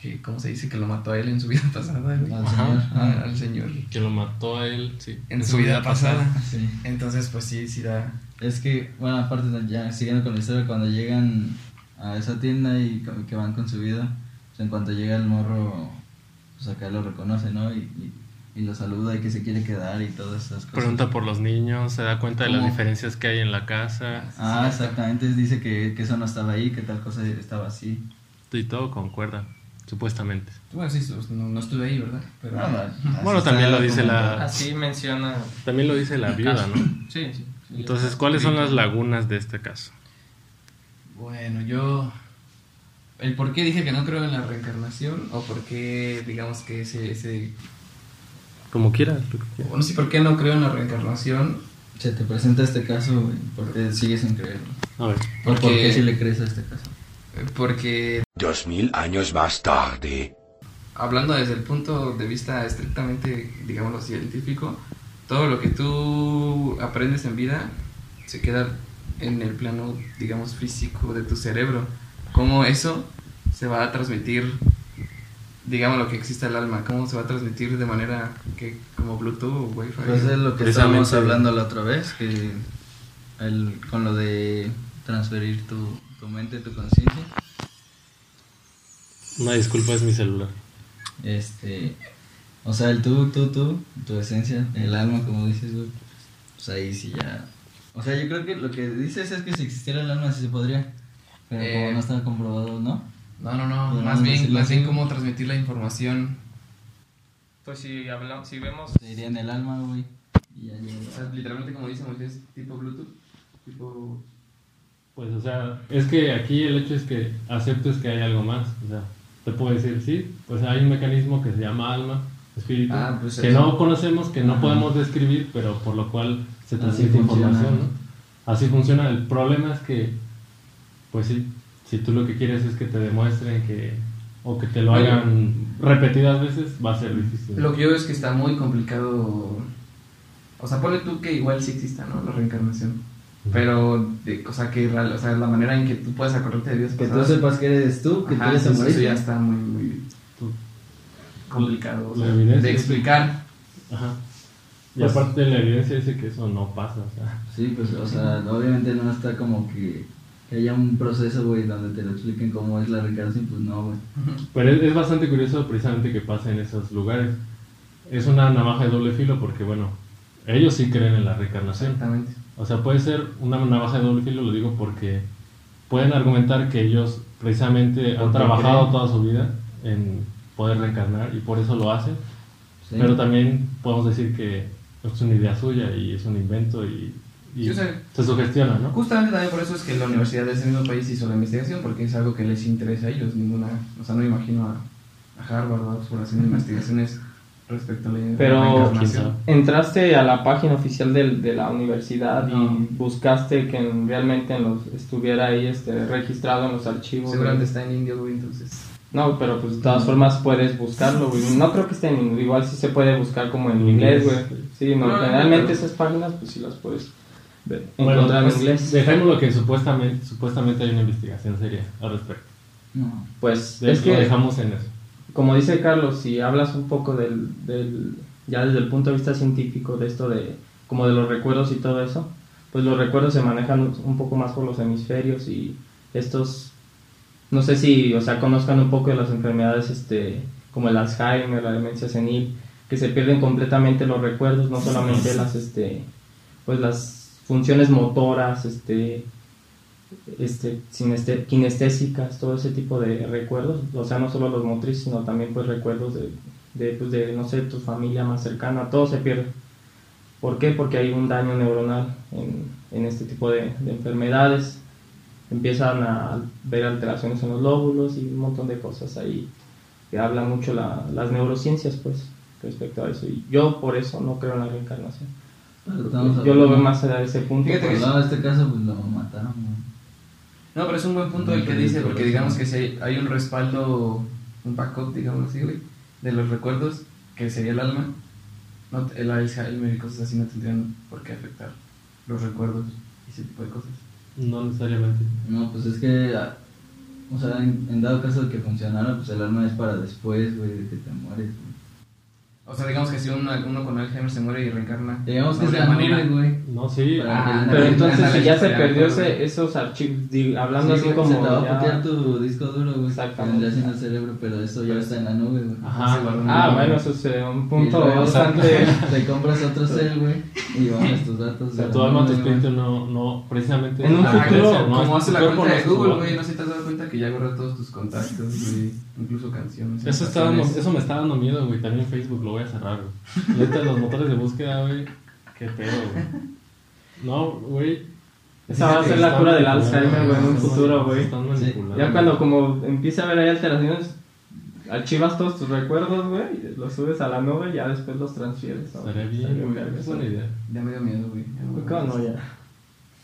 Speaker 3: que cómo se dice que lo mató a él en su vida pasada güey?
Speaker 2: Al
Speaker 5: Ajá.
Speaker 2: señor.
Speaker 3: Ah, al señor en,
Speaker 5: Que lo mató a él, sí.
Speaker 3: su, vida, pasada.
Speaker 2: Sí.
Speaker 3: entonces pues sí sí da
Speaker 2: Es que, bueno, aparte, de- ya siguiendo con la historia, cuando llegan a esa tienda y co- que van con su vida, pues, en cuanto llega el morro, pues acá lo reconoce, ¿no? Y, y, y lo saluda y que se quiere quedar y todas esas cosas.
Speaker 5: Pregunta por los niños, se da cuenta de las
Speaker 2: ¿Cómo?
Speaker 5: diferencias que hay en la casa
Speaker 2: Ah, exactamente, dice que, que eso no estaba ahí, que tal cosa estaba así.
Speaker 5: y todo concuerda, supuestamente.
Speaker 3: bueno sí pues, no, no estuve ahí verdad pero
Speaker 2: Pero, así
Speaker 5: Bueno,
Speaker 2: está
Speaker 5: también lo dice
Speaker 2: documentado.
Speaker 5: la-
Speaker 4: Así menciona...
Speaker 5: También lo dice la viuda, ¿no?
Speaker 4: Sí, sí.
Speaker 5: Entonces, ¿cuáles son las lagunas de este caso?
Speaker 3: bueno yo el por qué dije que no creo en la reencarnación o por qué digamos que ese, ese
Speaker 5: Como quieras.
Speaker 3: no sé por qué no creo en la reencarnación
Speaker 2: Se te presenta este caso, güey, porque sigues sin creerlo.
Speaker 5: A ver.
Speaker 2: ¿O ¿Por
Speaker 3: Porque-
Speaker 2: qué si le crees a este caso?
Speaker 3: eh, porque
Speaker 7: Dos mil años más tarde.
Speaker 3: hablando desde el punto de vista estrictamente, digámoslo científico, todo lo que tú aprendes en vida se queda en el plano, digamos, físico de tu cerebro. Cómo eso se va a transmitir, digamos, lo que existe al alma, cómo se va a transmitir de manera que, como Bluetooth o Wi-Fi.
Speaker 2: Pues es lo que
Speaker 5: Precisamente-
Speaker 2: estábamos hablando la otra vez, que el, con lo de transferir tu, tu mente, tu conciencia,
Speaker 5: Una disculpa, es mi celular.
Speaker 2: este, o sea, el tú, tú, tú, tu esencia, el alma, como dices, güey, pues ahí sí ya... O sea, yo creo que lo que dices es que si existiera el alma sí se podría, pero
Speaker 3: Eh,
Speaker 2: como no está comprobado, ¿no?
Speaker 3: No, no, no,
Speaker 2: Podríamos
Speaker 3: más bien,
Speaker 2: decirlo
Speaker 3: más bien
Speaker 2: así.
Speaker 3: cómo transmitir la información.
Speaker 4: Pues si, hablamos, si vemos
Speaker 2: Se iría en el alma, güey, y ya
Speaker 3: O sea,
Speaker 2: llega.
Speaker 3: literalmente como dice Moisés, tipo Bluetooth, tipo...
Speaker 8: Pues, o sea, es que aquí el hecho es que aceptes que hay algo más. O sea, te puedo decir, sí, pues hay un mecanismo que se llama alma,
Speaker 5: espíritu,
Speaker 3: Ah, pues
Speaker 5: que
Speaker 3: eso.
Speaker 5: no conocemos, que no
Speaker 2: Ajá.
Speaker 5: podemos describir, pero por lo cual se
Speaker 2: Así
Speaker 5: transmite
Speaker 2: funciona.
Speaker 5: información, ¿no? Así funciona. El problema es que, pues sí, si tú lo que quieres es que te demuestren que, o que te lo
Speaker 3: Oye.
Speaker 5: hagan repetidas veces, va a ser difícil.
Speaker 3: Lo que yo veo es que está muy complicado. O sea, ponle tú que igual sí exista, ¿no? La reencarnación. Pero, de, o sea, que real- o sea, la manera en que tú puedas acordarte de Dios.
Speaker 2: Que tú sepas que eres tú, que tú eres a
Speaker 3: eso
Speaker 2: morir.
Speaker 3: ya está muy, muy
Speaker 5: Tú-
Speaker 3: complicado. o
Speaker 5: La
Speaker 3: sea,
Speaker 5: evidencia.
Speaker 3: de explicar.
Speaker 5: Ajá. Y
Speaker 2: Pues-
Speaker 5: aparte la evidencia dice que eso no pasa, o sea,
Speaker 2: Sí, pues, o sea, obviamente no está como que, que haya un proceso, güey, donde te lo expliquen cómo es la reencarnación, pues no, güey.
Speaker 5: Pero es, es bastante curioso precisamente que pasa en esos lugares. Es una navaja de doble filo porque, bueno, ellos sí creen en la reencarnación.
Speaker 3: Exactamente.
Speaker 5: O sea, puede ser una navaja de doble filo, lo digo porque pueden argumentar que ellos precisamente han
Speaker 3: Porque
Speaker 5: trabajado
Speaker 3: creen.
Speaker 5: toda su vida en poder reencarnar y por eso lo hacen.
Speaker 2: Sí.
Speaker 5: Pero también podemos decir que es una idea suya y es un invento y, y
Speaker 3: Sí, o sea,
Speaker 5: se sugestiona, ¿no?
Speaker 3: Justamente también por eso es que la universidad de ese mismo país hizo la investigación, porque es algo que les interesa a ellos. Ninguna, o sea, no me imagino a, a Harvard o a Oxford haciendo investigaciones respecto a la
Speaker 4: Pero-
Speaker 5: ¿Quién
Speaker 3: reencarnación.
Speaker 5: sabe?
Speaker 4: ¿Entraste a la página oficial del- de la universidad
Speaker 3: No.
Speaker 4: y buscaste que en- realmente en los, estuviera ahí este, registrado en los archivos?
Speaker 3: Seguramente está en India, güey, entonces.
Speaker 4: No, pero pues de todas formas puedes buscarlo, güey. No creo que esté en inglés. Igual sí se puede buscar como en inglés, güey. Sí, no,
Speaker 3: No, no,
Speaker 4: generalmente
Speaker 3: pero-
Speaker 4: esas páginas pues sí las puedes ver-
Speaker 5: Bueno,
Speaker 4: encontrar
Speaker 5: pues,
Speaker 4: en inglés.
Speaker 5: dejémoslo que supuestamente, supuestamente hay una investigación seria al respecto.
Speaker 2: No.
Speaker 4: Pues
Speaker 5: De-
Speaker 4: es
Speaker 5: lo
Speaker 4: que,
Speaker 5: dejamos en eso.
Speaker 4: como dice Carlos, si hablas un poco del, del, ya desde el punto de vista científico de esto de, como de los recuerdos y todo eso, pues los recuerdos se manejan un- un poco más por los hemisferios y estos, no sé si, o sea, conozcan un poco de las enfermedades, este, como el Alzheimer, la demencia senil, que se pierden completamente los recuerdos, no solamente las, este, pues las funciones motoras, este, este, sineste- kinestésicas, todo ese tipo de recuerdos, o sea, no solo los motrices, sino también pues recuerdos de, de, pues, de, no sé, tu familia más cercana, todo se pierde. ¿Por qué? Porque hay un daño neuronal en, en este tipo de, de enfermedades, empiezan a ver alteraciones en los lóbulos y un montón de cosas ahí que habla mucho la- las neurociencias, pues, respecto a eso. Y yo por eso no creo en la reencarnación. Yo lo veo más a ese punto.
Speaker 3: Fíjate que
Speaker 4: pues,
Speaker 2: Por lado de este caso, pues lo mataron, güey.
Speaker 3: No, pero es un buen punto el que dice, porque digamos que si hay, hay un respaldo, un backup, digamos así, güey, de los recuerdos, que sería el alma, no, te- el Alzheimer y cosas así no tendrían por qué afectar los recuerdos y ese tipo de cosas.
Speaker 5: No necesariamente.
Speaker 2: No, pues es que, ah, o sea, en, en dado caso de que funcionara, pues el alma es para después, güey, de que te mueres, güey.
Speaker 3: O sea, digamos que si uno, uno con Alzheimer se muere y reencarna.
Speaker 2: Digamos que
Speaker 3: no
Speaker 2: es
Speaker 3: habría
Speaker 2: la manera, güey.
Speaker 5: No, sí.
Speaker 2: Para-
Speaker 3: Ah,
Speaker 4: Pero
Speaker 3: ándale,
Speaker 4: entonces,
Speaker 3: ándale,
Speaker 4: si ya se
Speaker 3: ándale,
Speaker 4: perdió
Speaker 3: ándale.
Speaker 4: ese- esos archivos, di- hablando
Speaker 2: Sí,
Speaker 4: así
Speaker 2: güey,
Speaker 4: como.
Speaker 2: Se te va a
Speaker 4: ya-
Speaker 2: putear tu disco duro, güey.
Speaker 4: Exactamente.
Speaker 2: Vendría siendo el cerebro, pero eso ya está en la nube, güey.
Speaker 5: Ajá.
Speaker 4: Ah, bueno, eso es eh, un
Speaker 2: Y
Speaker 4: punto
Speaker 2: luego
Speaker 4: bastante.
Speaker 2: Te compras otro cel, güey, y bajas tus datos.
Speaker 5: O sea,
Speaker 2: de
Speaker 5: tu
Speaker 2: la
Speaker 5: alma, tu
Speaker 2: nube,
Speaker 5: espíritu no, no precisamente.
Speaker 4: En un
Speaker 5: no
Speaker 4: futuro,
Speaker 5: crece,
Speaker 3: como hace
Speaker 5: Tu
Speaker 3: la
Speaker 5: cuerpo no
Speaker 3: cuenta de
Speaker 5: es
Speaker 3: Google,
Speaker 5: como-
Speaker 3: güey, no sé si te has dado cuenta que ya borra todos tus contactos, güey, incluso canciones.
Speaker 5: Eso, está dando-
Speaker 3: canciones.
Speaker 5: eso me está dando miedo, güey. También Facebook lo voy a cerrar, güey. Neta, los motores de búsqueda, güey. Qué pedo, güey. No, güey.
Speaker 4: Esa va a ser la
Speaker 5: Están
Speaker 4: cura del
Speaker 5: manipulando,
Speaker 4: Alzheimer, güey, en un
Speaker 5: están
Speaker 4: futuro,
Speaker 5: manipulando,
Speaker 4: güey.
Speaker 5: están
Speaker 2: Sí.
Speaker 5: manipulando.
Speaker 4: Ya cuando como empieza a haber ahí alteraciones, archivas todos tus recuerdos, güey, los subes a la nube y ya después los transfieres. ¿no?
Speaker 5: Estaría bien, güey. Es buena idea.
Speaker 3: Ya me dio miedo, güey. ya me dio
Speaker 4: ¿Cómo
Speaker 3: miedo.
Speaker 4: no,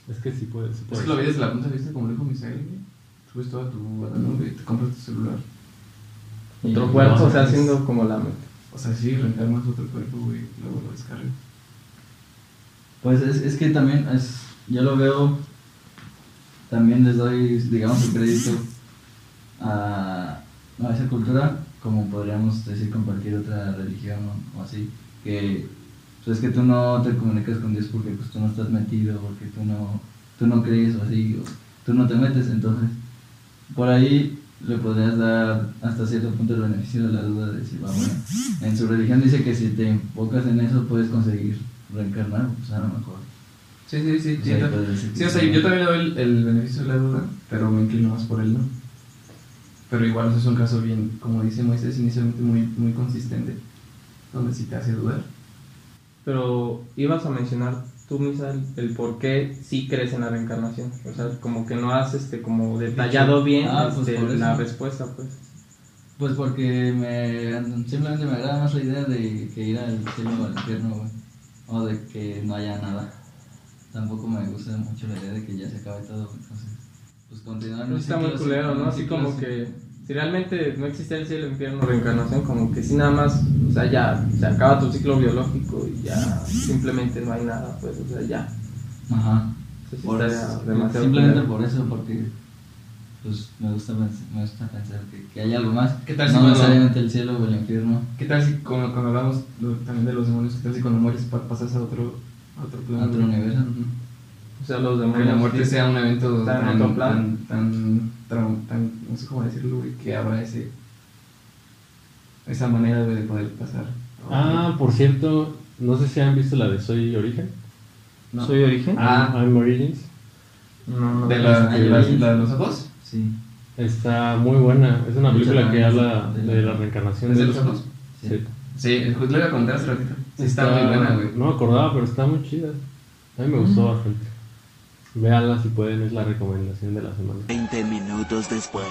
Speaker 4: ya?
Speaker 5: Es que sí puede. sí
Speaker 3: Es
Speaker 5: puede
Speaker 3: que lo vi desde la punta de vista, como lo dijo Misael, güey. Subes toda tu a la nube, te compras tu celular.
Speaker 4: Otro cuerpo,
Speaker 5: no,
Speaker 4: o sea,
Speaker 5: es-
Speaker 4: haciendo como la mente.
Speaker 3: O sea, sí, rentarnos otro cuerpo, güey, luego lo descargas.
Speaker 2: Pues es, es que también es, yo lo veo, también les doy, digamos, el crédito a, a esa cultura, como podríamos decir compartir otra religión o, o así, que pues es que tú no te comunicas con Dios porque pues tú no estás metido, porque tú no, tú no crees o así, o tú no te metes, entonces por ahí le podrías dar hasta cierto punto el beneficio de la duda de si va bueno. En su religión dice que si te enfocas en eso puedes conseguir reencarnar, pues a lo mejor.
Speaker 3: Sí, sí, sí,
Speaker 2: Pues
Speaker 3: sí.
Speaker 2: ahí
Speaker 3: ta-
Speaker 2: puedes decir que
Speaker 3: Sí, o sea,
Speaker 2: sí.
Speaker 3: yo también le doy el, el beneficio de la duda, pero me inclino más por él, ¿no? Pero igual, o sea, es un caso bien, como dice Moisés, inicialmente muy, muy consistente, donde sí te hace dudar.
Speaker 4: Pero ibas a mencionar tú misma el, el por qué sí crees en la reencarnación. O sea, como que no has este, como detallado bien
Speaker 2: Ah, pues,
Speaker 4: este,
Speaker 2: por eso.
Speaker 4: la respuesta, pues.
Speaker 2: Pues porque me, simplemente me agrada más la idea de que ir al cielo o al infierno, güey. O de que no haya nada. Tampoco me gusta mucho la idea de que ya se acabe todo, güey. entonces. Pues continuar en un
Speaker 4: Eso está muy
Speaker 2: ciclo
Speaker 4: culero, ¿no? Así
Speaker 2: ciclo
Speaker 4: como que si realmente no existe el cielo, infierno, reencarnación, como que si nada más, o sea, ya se acaba tu ciclo biológico y ya simplemente no hay nada, pues, o sea, ya.
Speaker 2: Ajá.
Speaker 4: Eso sí
Speaker 2: Por
Speaker 4: estaría
Speaker 2: eso,
Speaker 4: demasiado
Speaker 2: simplemente
Speaker 4: culero.
Speaker 2: por eso, porque pues me gusta, pens- me gusta pensar que, que hay algo más.
Speaker 3: ¿Qué tal si
Speaker 2: no
Speaker 3: cuando-
Speaker 2: necesariamente el cielo o el infierno.
Speaker 3: ¿Qué tal si cuando, cuando hablamos lo- también de los demonios, qué tal si cuando mueres pa- pasas a otro, a otro plano?
Speaker 2: A otro universo.
Speaker 3: Ujú.
Speaker 4: O sea, los
Speaker 3: Que
Speaker 4: demonios.
Speaker 3: la muerte
Speaker 4: sí.
Speaker 3: sea un evento
Speaker 4: Está en
Speaker 3: tan,
Speaker 4: otro
Speaker 3: tan,
Speaker 4: plano.
Speaker 3: tan, tan- tan- no sé cómo decirlo, güey, que habrá ese, esa manera de poder pasar.
Speaker 5: Ah, por cierto, no sé si han visto la de Soy Origen.
Speaker 3: No.
Speaker 4: ¿Soy origen?
Speaker 3: Ah.
Speaker 5: I'm Origins.
Speaker 4: No, no.
Speaker 3: ¿De la,
Speaker 2: Ay,
Speaker 3: de la-
Speaker 2: ay.
Speaker 3: la de los ojos?
Speaker 2: Sí.
Speaker 5: Está muy buena. Es una
Speaker 2: Mucho
Speaker 5: película que
Speaker 2: la-
Speaker 5: habla
Speaker 2: de
Speaker 5: de
Speaker 2: la-
Speaker 5: la reencarnación
Speaker 3: ¿Es de los ojos?
Speaker 5: Sí.
Speaker 3: Sí, justo lo iba a comentar hace ratito. Sí, está, muy buena, güey. Mm.
Speaker 5: No me acordaba, pero está muy chida. A mí me gustó bastante. Véanla si pueden, es la recomendación de la semana.
Speaker 7: 20 minutos después.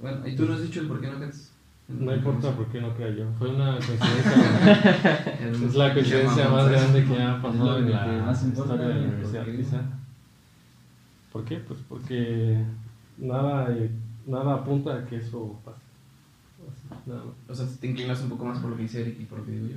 Speaker 3: Bueno, y tú no has dicho el por qué no cantas.
Speaker 5: No importa por qué no creo yo. Fue una coincidencia. es la coincidencia más grande que ha
Speaker 2: Es
Speaker 5: pasado
Speaker 2: lo
Speaker 5: en
Speaker 2: que
Speaker 5: la
Speaker 2: más importa,
Speaker 5: historia de la
Speaker 2: ¿por
Speaker 5: universidad.
Speaker 2: qué?
Speaker 5: quizá. ¿Por qué? Pues porque nada, eh, nada apunta a que eso pase. Así, nada más.
Speaker 3: O sea, te inclinas un poco más por lo que dice Eric y por lo que digo yo.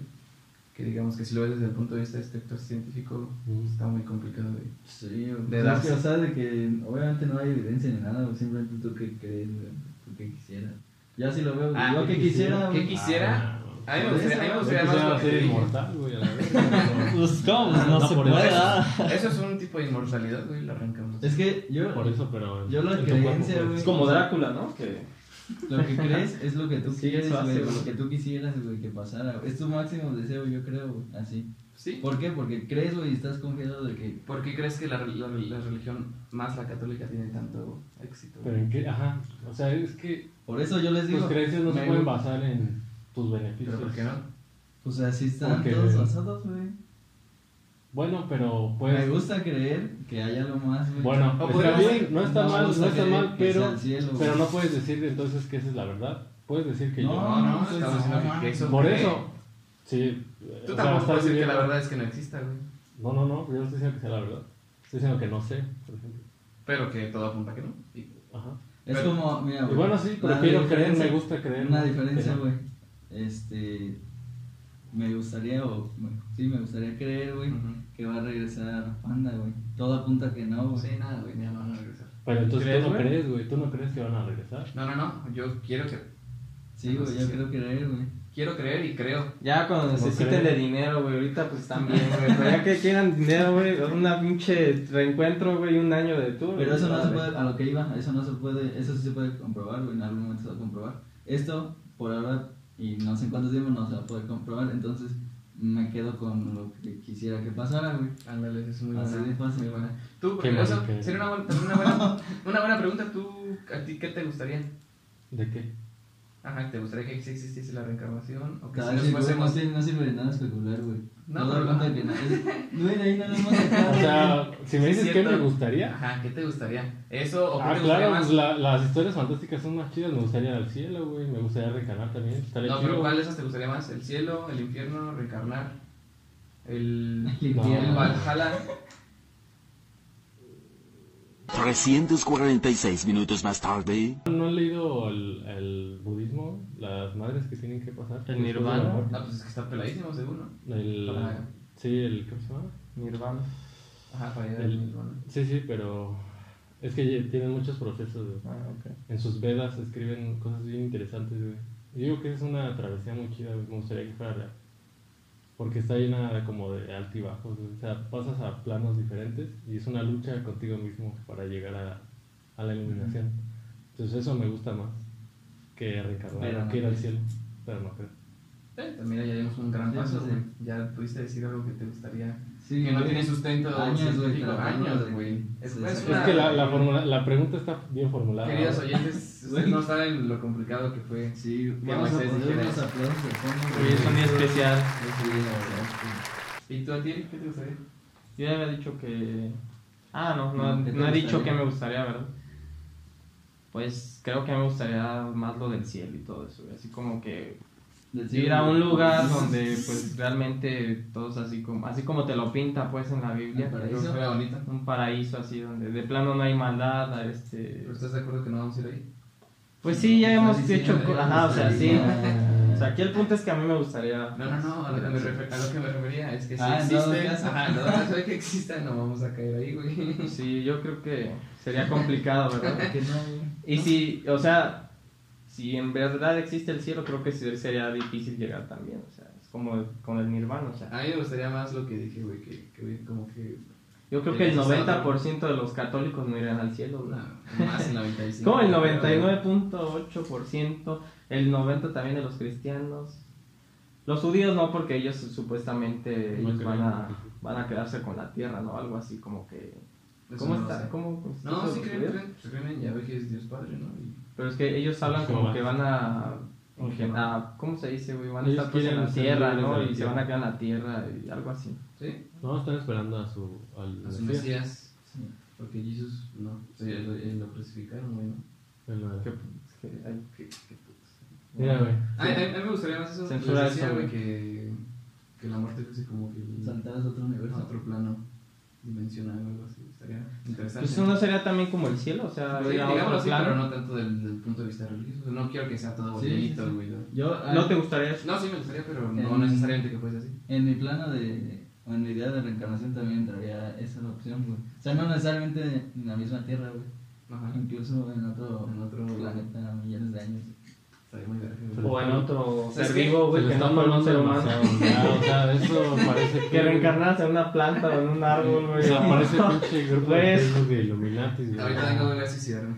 Speaker 3: Que digamos que si lo ves desde el punto de vista de este actor científico,
Speaker 5: Mm.
Speaker 3: está muy complicado de...
Speaker 2: Sí,
Speaker 3: De
Speaker 2: de
Speaker 3: darse.
Speaker 2: que, o sea, de que obviamente no hay evidencia ni nada, güey, simplemente tú que crees, güey, tú que quisieras. Yo así lo veo,
Speaker 3: Ah,
Speaker 2: yo
Speaker 3: ¿qué
Speaker 2: que quisiera,
Speaker 3: ¿Qué
Speaker 2: güey.
Speaker 3: quisiera? A mí me
Speaker 2: Por
Speaker 3: gustaría, a mí
Speaker 2: eso,
Speaker 3: me
Speaker 5: Ah, Yo
Speaker 3: gustaría más
Speaker 5: quisiera
Speaker 3: lo que te
Speaker 5: ser
Speaker 3: dije.
Speaker 5: inmortal, güey, a la vez. pero-
Speaker 9: Pues, ¿cómo? No,
Speaker 5: No,
Speaker 9: se
Speaker 5: por
Speaker 9: puede.
Speaker 5: eso.
Speaker 9: ¿verdad?
Speaker 3: Eso es un tipo de inmortalidad, güey, la arrancamos.
Speaker 2: Ah, Es que yo,
Speaker 5: Por eso, pero.
Speaker 2: Yo la
Speaker 5: en tu cuerpo,
Speaker 2: creencia,
Speaker 5: pues.
Speaker 2: güey.
Speaker 4: Es como Drácula, ¿no? Que
Speaker 2: lo que crees es lo que tú
Speaker 4: Sí,
Speaker 2: quieres,
Speaker 4: eso hace,
Speaker 2: güey,
Speaker 4: güey.
Speaker 2: lo que tú quisieras, güey, que pasara. güey. Es tu máximo deseo, yo creo, güey, así.
Speaker 3: ¿Sí?
Speaker 2: ¿Por qué? Porque crees, güey, y estás confiado de que
Speaker 3: ¿Por qué crees que la, la- la religión, más la católica, tiene tanto éxito?
Speaker 5: Pero en qué, ajá. O sea, es que
Speaker 2: Por eso yo les
Speaker 5: tus
Speaker 2: digo,
Speaker 5: creencias Pues no se
Speaker 3: me-
Speaker 5: pueden basar en tus beneficios.
Speaker 3: ¿Pero por qué no?
Speaker 2: pues así están
Speaker 5: Porque-
Speaker 2: todos basados, güey.
Speaker 5: Bueno, pero
Speaker 2: Me
Speaker 5: pues.
Speaker 2: gusta creer que hay algo más, güey.
Speaker 5: Bueno,
Speaker 3: O
Speaker 5: está
Speaker 3: podríamos-
Speaker 5: bien, no está
Speaker 2: no
Speaker 5: mal,
Speaker 2: gusta
Speaker 5: no está
Speaker 2: que-
Speaker 5: mal,
Speaker 2: que sea
Speaker 5: pero,
Speaker 2: el cielo, güey.
Speaker 5: pero no puedes decir entonces que esa es la verdad. Puedes decir que
Speaker 2: No,
Speaker 3: No, no,
Speaker 2: pues,
Speaker 3: estamos
Speaker 2: no,
Speaker 3: diciendo que
Speaker 2: mames.
Speaker 3: eso.
Speaker 5: Por
Speaker 3: cree.
Speaker 5: eso. Sí. eh,
Speaker 3: Tú
Speaker 5: o sea,
Speaker 3: tampoco
Speaker 5: estás
Speaker 3: puedes decir que
Speaker 5: viviendo-
Speaker 3: la verdad es que no exista, güey.
Speaker 5: No, no, no, yo no estoy diciendo que sea la verdad. Estoy diciendo que no sé, por ejemplo.
Speaker 3: Pero que todo apunta que no. Y-
Speaker 5: Ajá.
Speaker 2: Es
Speaker 3: Pero-
Speaker 2: como, mira,
Speaker 5: Y
Speaker 2: güey.
Speaker 5: pues bueno, sí,
Speaker 2: la
Speaker 5: prefiero creer,
Speaker 2: diferencia-
Speaker 5: me gusta creer.
Speaker 2: Una diferencia,
Speaker 5: Pero-
Speaker 2: güey. Este. Me gustaría, o. bueno, sí, me gustaría creer, güey,
Speaker 3: Ujú.
Speaker 2: que va a regresar Panda, güey. Todo apunta que no, güey.
Speaker 3: Sí, nada, güey, ya no van a regresar.
Speaker 5: Pero entonces
Speaker 3: ¿Crees,
Speaker 5: tú no
Speaker 3: güey?
Speaker 5: crees, güey. Tú no crees que van a regresar.
Speaker 3: No, no, no. Yo quiero que.
Speaker 2: Sí, güey, yo
Speaker 3: Sí.
Speaker 2: quiero creer, güey.
Speaker 3: Quiero creer y creo.
Speaker 4: ya cuando necesiten
Speaker 5: creo.
Speaker 4: de dinero, güey, ahorita pues también, güey. Pero ya que quieran dinero, güey, una pinche reencuentro, güey, un año de tour.
Speaker 2: Pero eso no se
Speaker 4: vale.
Speaker 2: puede, a lo que iba, eso no se puede, eso sí se puede comprobar, güey, en algún momento se va a comprobar. Esto, por ahora, y no sé en cuántos tiempo no se va a poder comprobar, entonces me quedo con lo que quisiera que pasara, güey.
Speaker 3: Ándale, es muy
Speaker 2: Así de
Speaker 3: buena.
Speaker 2: fácil.
Speaker 3: Muy buena. Tú,
Speaker 5: Qué
Speaker 3: eso
Speaker 5: marica.
Speaker 3: sería una buena, también una buena, una buena pregunta. ¿Tú, a ti qué te gustaría?
Speaker 5: ¿De qué?
Speaker 3: Ajá, ¿te gustaría que existiese la reencarnación? ¿O que
Speaker 2: Cada
Speaker 3: si nos
Speaker 2: vez, güey, no,
Speaker 3: fuésemos-
Speaker 2: sirve, no sirve de nada especular, güey.
Speaker 3: No,
Speaker 2: Todo
Speaker 3: pero-
Speaker 2: apunta que no. es- No, de ahí nada más
Speaker 5: O
Speaker 2: acá,
Speaker 5: sea, si me
Speaker 3: Ah, Sí,
Speaker 5: dices que
Speaker 3: cierto.
Speaker 5: me gustaría.
Speaker 3: Ajá, ¿qué te gustaría? ¿Eso o qué
Speaker 5: Ah,
Speaker 3: te gustaría
Speaker 5: claro,
Speaker 3: más?
Speaker 5: pues la- las historias fantásticas son más chidas. Me gustaría ir al cielo, güey. Me gustaría reencarnar también. Estaría
Speaker 3: No,
Speaker 5: chido.
Speaker 3: pero ¿cuál de esas te gustaría más? ¿El cielo, el infierno, reencarnar? El,
Speaker 2: El
Speaker 5: infierno.
Speaker 3: el Valhalla.
Speaker 7: 346 minutos más tarde.
Speaker 5: ¿No han leído el, el budismo? Las madres que tienen que pasar.
Speaker 4: El nirvana.
Speaker 5: Después de la
Speaker 3: No, pues es que está peladísimo, seguro.
Speaker 5: muerte. El-
Speaker 3: Para-
Speaker 5: sí, el. ¿Cómo se llama?
Speaker 4: Nirvana.
Speaker 3: Ajá, para ir al
Speaker 5: El-
Speaker 3: infierno.
Speaker 5: Sí, sí, pero. Es que ya tienen muchos procesos. güey.
Speaker 4: Ah, ok.
Speaker 5: En sus Vedas escriben cosas bien interesantes, güey. Yo digo que es una travesía muy chida, güey. Me gustaría que fuera real. Porque está llena como de altibajos, güey. O sea, pasas a planos diferentes y es una lucha contigo mismo para llegar a, a la iluminación. Entonces, eso me gusta más que
Speaker 2: Pero
Speaker 5: reencarnar,
Speaker 2: no
Speaker 5: que ir al
Speaker 2: crees.
Speaker 5: cielo. Pero no creo.
Speaker 3: Eh, También ya dimos un gran
Speaker 2: Sí,
Speaker 3: paso,
Speaker 2: sí,
Speaker 3: güey.
Speaker 2: sí.
Speaker 3: Ya pudiste decir algo que te gustaría.
Speaker 2: Sí,
Speaker 3: que no
Speaker 2: güey.
Speaker 3: tiene sustento
Speaker 2: Años, güey,
Speaker 3: científico.
Speaker 2: tratando
Speaker 3: Años,
Speaker 2: de-
Speaker 3: güey. Es,
Speaker 2: Sí,
Speaker 3: es
Speaker 2: sí.
Speaker 5: Es
Speaker 3: una-
Speaker 5: que la, la, formula- la pregunta está bien formulada.
Speaker 3: Queridos
Speaker 5: güey.
Speaker 3: oyentes, ustedes
Speaker 2: Güey.
Speaker 3: no saben lo complicado que fue.
Speaker 2: Sí, vamos a
Speaker 3: Moisés
Speaker 2: poner
Speaker 3: dijera.
Speaker 2: unos aplausos de fondo,
Speaker 4: Hoy es un día especial.
Speaker 2: Sí, sí, la verdad es que-
Speaker 3: ¿Y tú a ti, Eric, qué te gustaría?
Speaker 4: Yo ya había dicho que. Ah, no, no,
Speaker 2: ¿Qué te
Speaker 4: no he dicho
Speaker 2: gustaría?
Speaker 4: que me gustaría, ¿verdad? Pues creo que a mí me gustaría más lo del cielo y todo eso, güey, así como que
Speaker 2: Del
Speaker 4: ir
Speaker 2: cielo.
Speaker 4: a un lugar donde pues realmente todos así como así como te lo pinta pues en la Biblia,
Speaker 3: Un paraíso.
Speaker 4: creo que fuera bonito, un paraíso así donde de plano no hay maldad, este
Speaker 3: ¿Pero estás de acuerdo que no vamos a ir ahí?
Speaker 4: pues sí, ya
Speaker 3: Estás
Speaker 4: hemos
Speaker 3: diciendo,
Speaker 4: hecho, co-
Speaker 3: eh,
Speaker 4: ajá, o sea,
Speaker 3: estás
Speaker 4: sí.
Speaker 3: diciendo.
Speaker 4: O sea, aquí el punto es que a mí me gustaría
Speaker 3: No, no, no, a lo, que me refer- a lo que me refería es que si
Speaker 2: Ah, en todo
Speaker 3: existen,
Speaker 2: caso.
Speaker 3: ajá, en todo caso de que existan, no vamos a caer ahí, güey.
Speaker 4: Sí, yo creo que sería complicado, ¿verdad?
Speaker 2: Que no hay-
Speaker 4: Y si, o sea, si en verdad existe el cielo, creo que sí sería difícil llegar también, o sea, es como con el nirvana, o sea.
Speaker 3: A mí me gustaría más lo que dije, güey, que, que como que
Speaker 4: Yo creo que el
Speaker 3: Eso es otro.
Speaker 4: 90% de los católicos no irán al cielo, güey.
Speaker 3: una- más el 95.
Speaker 4: Como el
Speaker 3: creo,
Speaker 4: 99.8%, el 90% también de los cristianos. Los judíos no, porque ellos supuestamente
Speaker 5: No
Speaker 4: ellos
Speaker 5: creen.
Speaker 4: van, a, van a quedarse con la tierra, ¿no? Algo así como que...
Speaker 3: güey. Eso
Speaker 4: ¿Cómo
Speaker 3: no lo
Speaker 4: está?
Speaker 3: sé.
Speaker 4: ¿Cómo pues, cómo está
Speaker 3: No,
Speaker 4: eso de
Speaker 3: sí
Speaker 4: los
Speaker 3: creen,
Speaker 4: judíos?
Speaker 3: creen, creen en Yahvé que es Dios Padre, ¿no? Y-
Speaker 4: Pero es que ellos hablan
Speaker 5: Mucho
Speaker 4: como
Speaker 5: más.
Speaker 4: que van a,
Speaker 5: Mucho más.
Speaker 4: a- ¿Cómo se dice, güey? Van a
Speaker 5: Ellos
Speaker 4: estar pues en
Speaker 5: quieren
Speaker 4: la
Speaker 5: ser
Speaker 4: tierra,
Speaker 5: líderes de
Speaker 4: ¿no?
Speaker 5: la
Speaker 4: Y se
Speaker 5: tierra.
Speaker 4: van a quedar en la tierra y algo así.
Speaker 3: ¿Sí?
Speaker 5: No, están esperando a su,
Speaker 4: Pues
Speaker 5: al
Speaker 3: A su
Speaker 5: Mesías.
Speaker 3: Mesías. Porque Jesús, no, o sea, lo, eh, lo crucificaron, güey, ¿no?
Speaker 5: El-
Speaker 4: Que- pues, que hay-
Speaker 3: Qué- qué putos.
Speaker 5: Mira, güey.
Speaker 3: A, a- a mí me gustaría más eso. Les
Speaker 4: Censura
Speaker 3: decía,
Speaker 4: eso,
Speaker 3: güey,
Speaker 4: güey.
Speaker 3: que, que la muerte fuese como que el-
Speaker 2: Saltaras a otro
Speaker 3: a
Speaker 2: universo.
Speaker 3: otro plano dimensional o algo así. Estaría interesante.
Speaker 4: Pues no sería también como el cielo, o sea,
Speaker 3: Sí,
Speaker 4: ir a
Speaker 3: digámoslo
Speaker 4: otro
Speaker 3: así,
Speaker 4: plano.
Speaker 3: pero no tanto del, del punto de vista religioso. No quiero que sea todo
Speaker 2: Sí, sí,
Speaker 3: bonito,
Speaker 2: sí.
Speaker 3: güey. ¿no?
Speaker 2: Yo,
Speaker 4: no,
Speaker 2: ah,
Speaker 4: te gustaría eso?
Speaker 3: No, sí me gustaría, pero no
Speaker 2: En-
Speaker 3: necesariamente que fuese así.
Speaker 2: en mi plano de. O en mi idea de reencarnación también entraría esa opción, güey. O sea, no necesariamente en la misma tierra, güey.
Speaker 3: Ajá.
Speaker 2: Incluso en otro,
Speaker 3: En otro-
Speaker 2: planeta, millones de años.
Speaker 3: Estaría muy verga, güey.
Speaker 4: O en otro
Speaker 3: Es
Speaker 4: ser
Speaker 3: que
Speaker 4: vivo, güey,
Speaker 5: Se le
Speaker 4: que
Speaker 5: está
Speaker 4: no fuera un
Speaker 5: mamando
Speaker 4: ser humano.
Speaker 5: demasiado, ya, o sea, eso parece
Speaker 4: Que reencarnarse en una planta o en un árbol,
Speaker 5: O
Speaker 4: güey.
Speaker 5: sea, parece pinche grupo de
Speaker 4: Pues-
Speaker 5: Facebook de Illuminati, güey.
Speaker 3: Ahorita tengo ganas de suicidarme.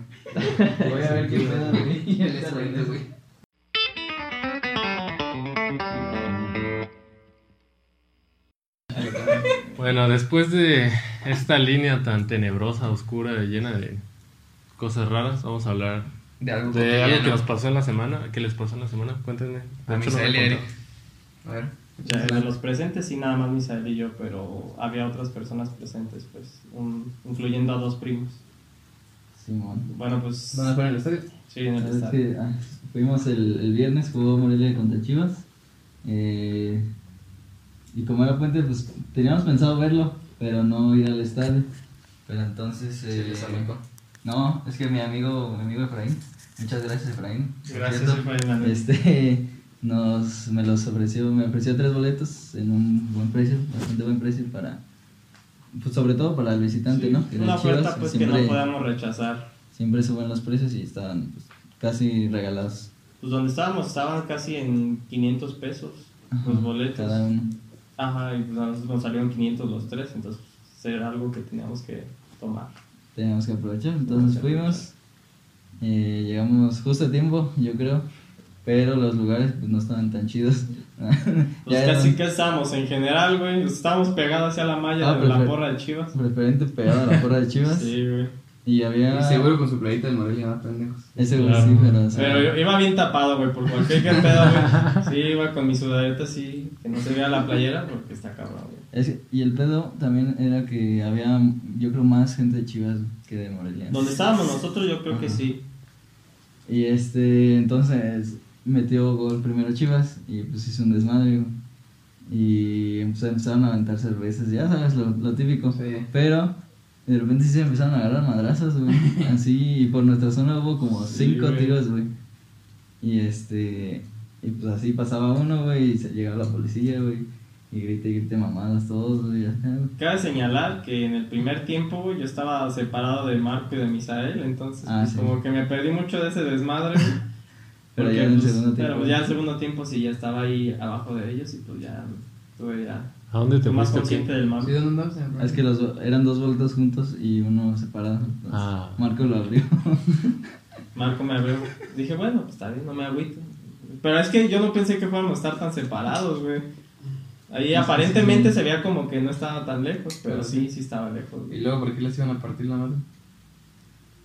Speaker 2: Voy a ver qué pedo, güey.
Speaker 3: El excelente, güey.
Speaker 1: Bueno, después de esta línea tan tenebrosa, oscura, llena de cosas raras, vamos a hablar
Speaker 3: De algo
Speaker 1: de algo que nos pasó en la semana. ¿Qué les pasó en la semana? Cuéntenme. De
Speaker 3: A
Speaker 1: hecho, no me
Speaker 3: Misael y
Speaker 1: han
Speaker 3: Eric.
Speaker 1: contado.
Speaker 3: A ver.
Speaker 4: Ya, de los presentes sí, nada más Misael y yo, pero había otras personas presentes, pues, un- incluyendo a dos primos.
Speaker 2: Simón.
Speaker 4: Bueno, pues,
Speaker 3: ¿Van a jugar en el estadio?
Speaker 4: sí, en el
Speaker 2: Es
Speaker 4: estadio.
Speaker 2: que, ah, fuimos el, el viernes, jugó Morelia contra Chivas. eh, y como era puente, pues teníamos pensado verlo, pero no ir al estadio. Pero entonces.
Speaker 3: Sí,
Speaker 2: eh,
Speaker 3: les arrancó.
Speaker 2: no, es que mi amigo, mi amigo Efraín, muchas gracias Efraín. por
Speaker 4: Gracias,
Speaker 2: cierto,
Speaker 4: Efraín.
Speaker 2: Este, nos, me los ofreció, me ofreció tres boletos en un buen precio, bastante buen precio para, pues sobre todo para el visitante, ¿no? Que
Speaker 4: Una
Speaker 2: era Chivas,
Speaker 4: oferta, pues, que no
Speaker 2: siempre-
Speaker 4: podíamos rechazar.
Speaker 2: Siempre suben los precios y estaban pues, casi regalados.
Speaker 4: Pues donde estábamos estaban casi en 500 pesos los boletos.
Speaker 2: Cada uno.
Speaker 4: Ajá, y pues a nosotros nos salieron 500 los tres, entonces pues, era algo que teníamos que tomar.
Speaker 2: Teníamos que aprovechar. Entonces
Speaker 4: Aprovechar.
Speaker 2: fuimos. eh, llegamos justo a tiempo, yo creo. Pero los lugares pues, no estaban tan chidos.
Speaker 4: Pues
Speaker 2: Ya
Speaker 4: casi
Speaker 2: eran
Speaker 4: que estábamos en general, güey, pues, estábamos pegados hacia la malla
Speaker 2: Ah,
Speaker 4: de la
Speaker 2: perfecto.
Speaker 4: porra de Chivas.
Speaker 2: Preferente pegado a la porra de Chivas.
Speaker 4: Sí, güey.
Speaker 2: Y había.
Speaker 3: Y seguro con su playita de Morelia, más pendejos.
Speaker 2: Ese güey
Speaker 5: Claro.
Speaker 2: sí, pero. o sea,
Speaker 4: Pero yo iba bien tapado, güey, por cualquier que pedo, güey. Sí, iba con mi sudadeta así, que no se vea la playera porque está cabrón, güey.
Speaker 2: es que- y el pedo también era que había, yo creo, más gente de Chivas que de Morelia.
Speaker 4: Donde estábamos nosotros, yo creo que sí.
Speaker 2: Y este, entonces metió gol primero Chivas y pues hizo un desmadre. güey. Y pues, empezaron a aventar cervezas, ya sabes, lo, lo típico.
Speaker 3: Sí.
Speaker 2: Pero de repente sí se empezaron a agarrar madrazas, güey. Así, y por nuestra zona hubo como
Speaker 5: Sí,
Speaker 2: cinco
Speaker 5: güey.
Speaker 2: tiros, güey. Y este, y pues así pasaba uno, güey, y se llegaba la policía, güey. Y grite, grite mamadas todos, güey. ajá, güey.
Speaker 4: Cabe señalar que en el primer tiempo, güey, yo estaba separado de Marco y de Misael, entonces
Speaker 2: Ah,
Speaker 4: pues,
Speaker 2: sí.
Speaker 4: como que me perdí mucho de ese desmadre. güey.
Speaker 2: Pero
Speaker 4: Porque,
Speaker 2: ya en el
Speaker 4: pues,
Speaker 2: segundo tiempo.
Speaker 4: Pero ya en el segundo tiempo sí, ya estaba ahí abajo de ellos y pues ya estuve ya
Speaker 5: ¿A dónde te
Speaker 4: más
Speaker 5: fuiste,
Speaker 4: consciente
Speaker 5: Pete?
Speaker 4: del mame.
Speaker 3: ¿Sí, dónde andabas? En
Speaker 2: Es que los, eran dos boletos juntos y uno separado. entonces,
Speaker 5: Ah.
Speaker 2: Marco lo abrió.
Speaker 4: Marco me abrió. Dije, bueno, pues está bien, no me agüito. Pero es que yo no pensé que fuéramos a estar tan separados, güey. Ahí aparentemente se veía como que no estaba tan lejos, pero sí, sí estaba lejos.
Speaker 3: ¿Y
Speaker 4: güey.
Speaker 3: luego por qué les iban a partir la madre?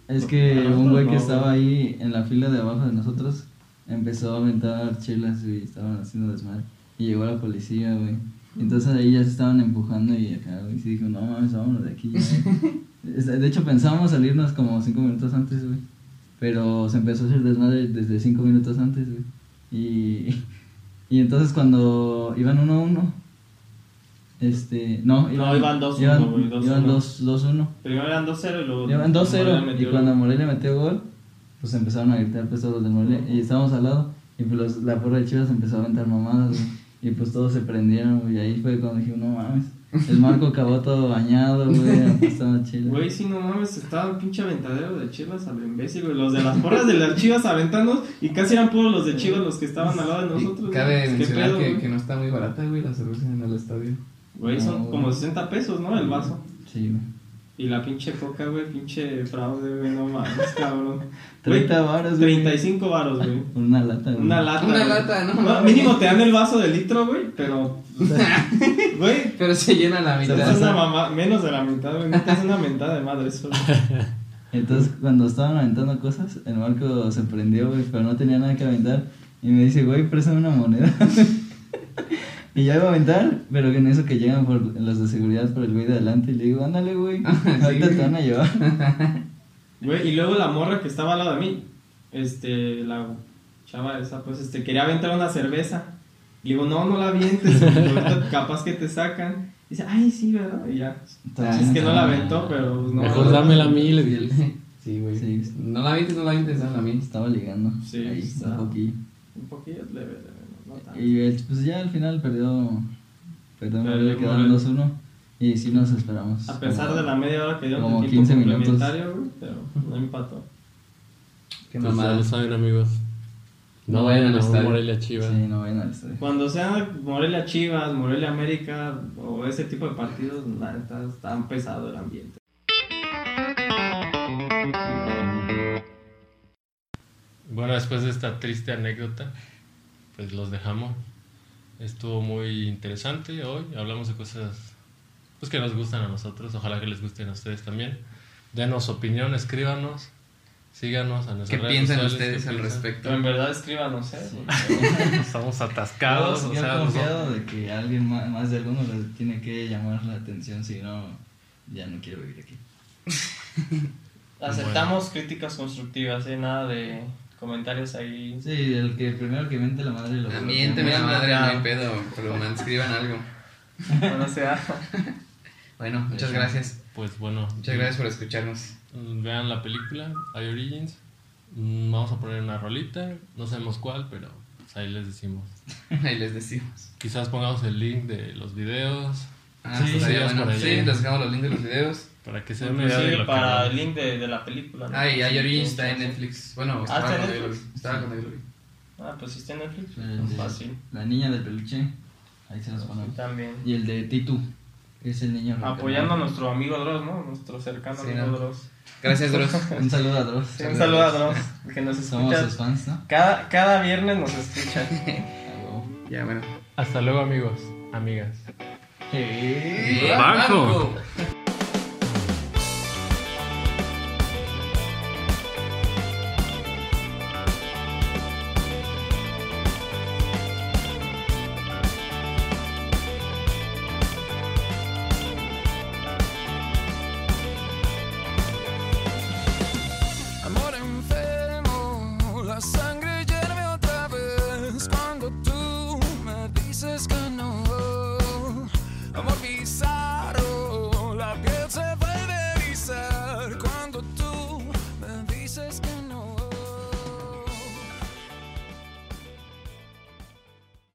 Speaker 2: Es que
Speaker 4: Para
Speaker 2: un güey
Speaker 4: nosotros
Speaker 2: que
Speaker 4: no,
Speaker 2: estaba ahí en la fila de abajo de nosotros empezó a aventar chelas y estaban haciendo desmadre. Y llegó la policía, güey. Y Entonces ahí ya se estaban empujando y acá, güey, sí dijo, no mames, vámonos de aquí. ya, güey". Es- De hecho, pensábamos salirnos como cinco minutos antes, güey. Pero se empezó a hacer desmadre desde cinco minutos antes, güey. Y, y entonces cuando iban uno a uno, este, no,
Speaker 4: No, iban 2-1,
Speaker 2: iban-
Speaker 4: güey, 2-1.
Speaker 2: Iban 2 2-1.
Speaker 4: Primero eran 2-0 y luego.
Speaker 2: Llevan 2-0 y
Speaker 4: metió-
Speaker 2: cuando Morelia metió gol, pues empezaron a gritar pues todos los de Morelia y estábamos al lado y pues los- la porra de Chivas empezó a aventar mamadas güey, y pues todos se prendieron güey, y ahí fue cuando dije, no mames, el Marco acabó todo bañado, güey, apostando chile.
Speaker 4: Güey, sí, no mames, estaba un pinche aventadero de chivas al imbécil, güey. Los de las porras de las chivas aventando y casi eran puros los de chivas los que estaban al lado de
Speaker 3: Y
Speaker 4: nosotros.
Speaker 3: cabe
Speaker 4: güey. Pues, ¿Qué
Speaker 3: mencionar
Speaker 4: pedo,
Speaker 3: que,
Speaker 4: güey?
Speaker 3: que no está muy barata, güey, la cerveza en el estadio.
Speaker 4: Güey, son
Speaker 2: No,
Speaker 4: como
Speaker 2: güey.
Speaker 4: 60 pesos, ¿no? El vaso.
Speaker 2: Sí, güey.
Speaker 4: Y la pinche coca, güey, pinche fraude, güey, no mames, cabrón. Güey,
Speaker 2: 30 varas, güey.
Speaker 4: 35 varos, güey.
Speaker 2: Una lata, güey.
Speaker 4: Una lata.
Speaker 3: Una
Speaker 4: güey.
Speaker 3: lata, no mames.
Speaker 4: Mínimo te dan el vaso de litro, güey, pero. Güey,
Speaker 3: Pero se llena la
Speaker 2: Se
Speaker 4: es
Speaker 2: pasa.
Speaker 3: mitad.
Speaker 4: una mamá. Menos de la mitad, güey. No te hace una mentada de madre eso, güey.
Speaker 2: Entonces, cuando estaban aventando cosas, el Marco se prendió, güey, pero no tenía nada que aventar. Y me dice, güey, préstame una moneda. y ya iba a aventar, pero que en eso que llegan por los de seguridad por el güey de adelante. Y le digo, ándale, güey, ahorita
Speaker 3: Sí.
Speaker 2: te van a llevar.
Speaker 4: Güey, y luego la morra que estaba al lado de mí, este, la chava esa, pues, este, quería aventar una cerveza. Le digo, no, no la avientes, güey, ahorita capaz que te sacan. Dice, ay, sí, ¿verdad? Y ya.
Speaker 2: Entonces,
Speaker 4: es que no la aventó, pero pues, no.
Speaker 5: Mejor dámela a mí, le dije.
Speaker 3: Sí, güey.
Speaker 2: Sí.
Speaker 3: No la vientes, no la vientes, dame a mí.
Speaker 2: Estaba ligando.
Speaker 4: Sí, pues, ah,
Speaker 2: ahí,
Speaker 4: estaba.
Speaker 2: un poquillo.
Speaker 4: Un poquillo leve, leve, no, no tanto.
Speaker 2: Y él, pues ya al final perdió, perdió,
Speaker 4: Perdió
Speaker 2: Morelia, quedaron
Speaker 4: Morelia.
Speaker 2: 2-1. Y sí nos esperamos.
Speaker 4: A pesar
Speaker 2: Como-
Speaker 4: de la media hora que dio
Speaker 2: pues, como
Speaker 4: de
Speaker 2: 15
Speaker 4: tiempo
Speaker 2: minutos.
Speaker 4: complementario, güey, pero no empató.
Speaker 3: Qué
Speaker 5: Pues ya
Speaker 3: mamada.
Speaker 5: lo saben, amigos.
Speaker 3: No vayan al
Speaker 5: a
Speaker 3: estadio.
Speaker 5: Morelia Chivas.
Speaker 2: Sí, no vayan al estadio.
Speaker 4: Cuando sean Morelia Chivas, Morelia América o ese tipo de partidos, la neta, está pesado el ambiente.
Speaker 1: Bueno, después de esta triste anécdota, pues los dejamos. Estuvo muy interesante hoy. Hablamos de cosas pues, que nos gustan a nosotros. Ojalá que les gusten a ustedes también. Denos opinión, escríbanos, síganos a
Speaker 3: ¿Qué
Speaker 1: nuestras redes
Speaker 3: piensan
Speaker 1: sociales,
Speaker 3: ustedes
Speaker 1: ¿qué
Speaker 3: al
Speaker 1: piensan?
Speaker 3: respecto?
Speaker 4: Pero en verdad escríbanos, ¿eh?
Speaker 1: Estamos atascados.
Speaker 2: Yo-
Speaker 1: o
Speaker 2: yo
Speaker 1: sea, nosotros-
Speaker 2: confiado de que alguien ma- más, de alguno les tiene que llamar la atención, si no, ya no quiero vivir aquí.
Speaker 4: Aceptamos críticas constructivas, ¿eh? Nada de comentarios ahí.
Speaker 2: Sí, el que primero que miente la madre lo bloquea.
Speaker 3: Miénteme la madre, no
Speaker 1: Ah.
Speaker 3: hay pedo, pero me escriban algo.
Speaker 4: Bueno, o sea,
Speaker 3: Bueno, muchas gracias.
Speaker 1: Pues bueno,
Speaker 3: Muchas gracias por escucharnos.
Speaker 1: mm, Vean la película, hay Origins. Mm, Vamos a poner una rolita, no sabemos cuál, pero pues, ahí les decimos.
Speaker 3: Ahí les decimos.
Speaker 1: Quizás pongamos el link de los videos
Speaker 3: Ah,
Speaker 1: Sí,
Speaker 3: sí,
Speaker 1: sí, es por
Speaker 3: bueno.
Speaker 1: ahí.
Speaker 3: sí, les dejamos los links de los videos.
Speaker 1: para que se den una idea de
Speaker 4: inclusive
Speaker 1: lo
Speaker 4: para
Speaker 1: que
Speaker 4: el link de, de la película. ¿no?
Speaker 3: Ah, y hay Origins está en Netflix. Bueno,
Speaker 4: Ah,
Speaker 3: estaba
Speaker 4: ¿está en
Speaker 3: cuando yo lo vi.
Speaker 4: Netflix?
Speaker 3: Estaba cuando yo lo vi.
Speaker 4: Ah, pues sí está en Netflix.
Speaker 2: El de-
Speaker 4: Fácil.
Speaker 2: La niña del peluche, ahí se los ponemos.
Speaker 4: También.
Speaker 2: Y el de Titu, que es el niño. rockero.
Speaker 4: Apoyando a nuestro amigo Dross, ¿no? Nuestro cercano
Speaker 3: Sí,
Speaker 4: amigo
Speaker 3: ¿no?
Speaker 4: Dross.
Speaker 3: Gracias, Dross.
Speaker 2: Un saludo a Dross.
Speaker 4: Sí, un saludo a Dross, que nos
Speaker 2: Somos
Speaker 4: escucha.
Speaker 2: sus fans, ¿no?
Speaker 4: Cada, cada viernes nos escucha.
Speaker 3: ya, bueno.
Speaker 1: Hasta luego amigos, amigas.
Speaker 3: ¡Eh,
Speaker 1: Marco!
Speaker 3: Marco!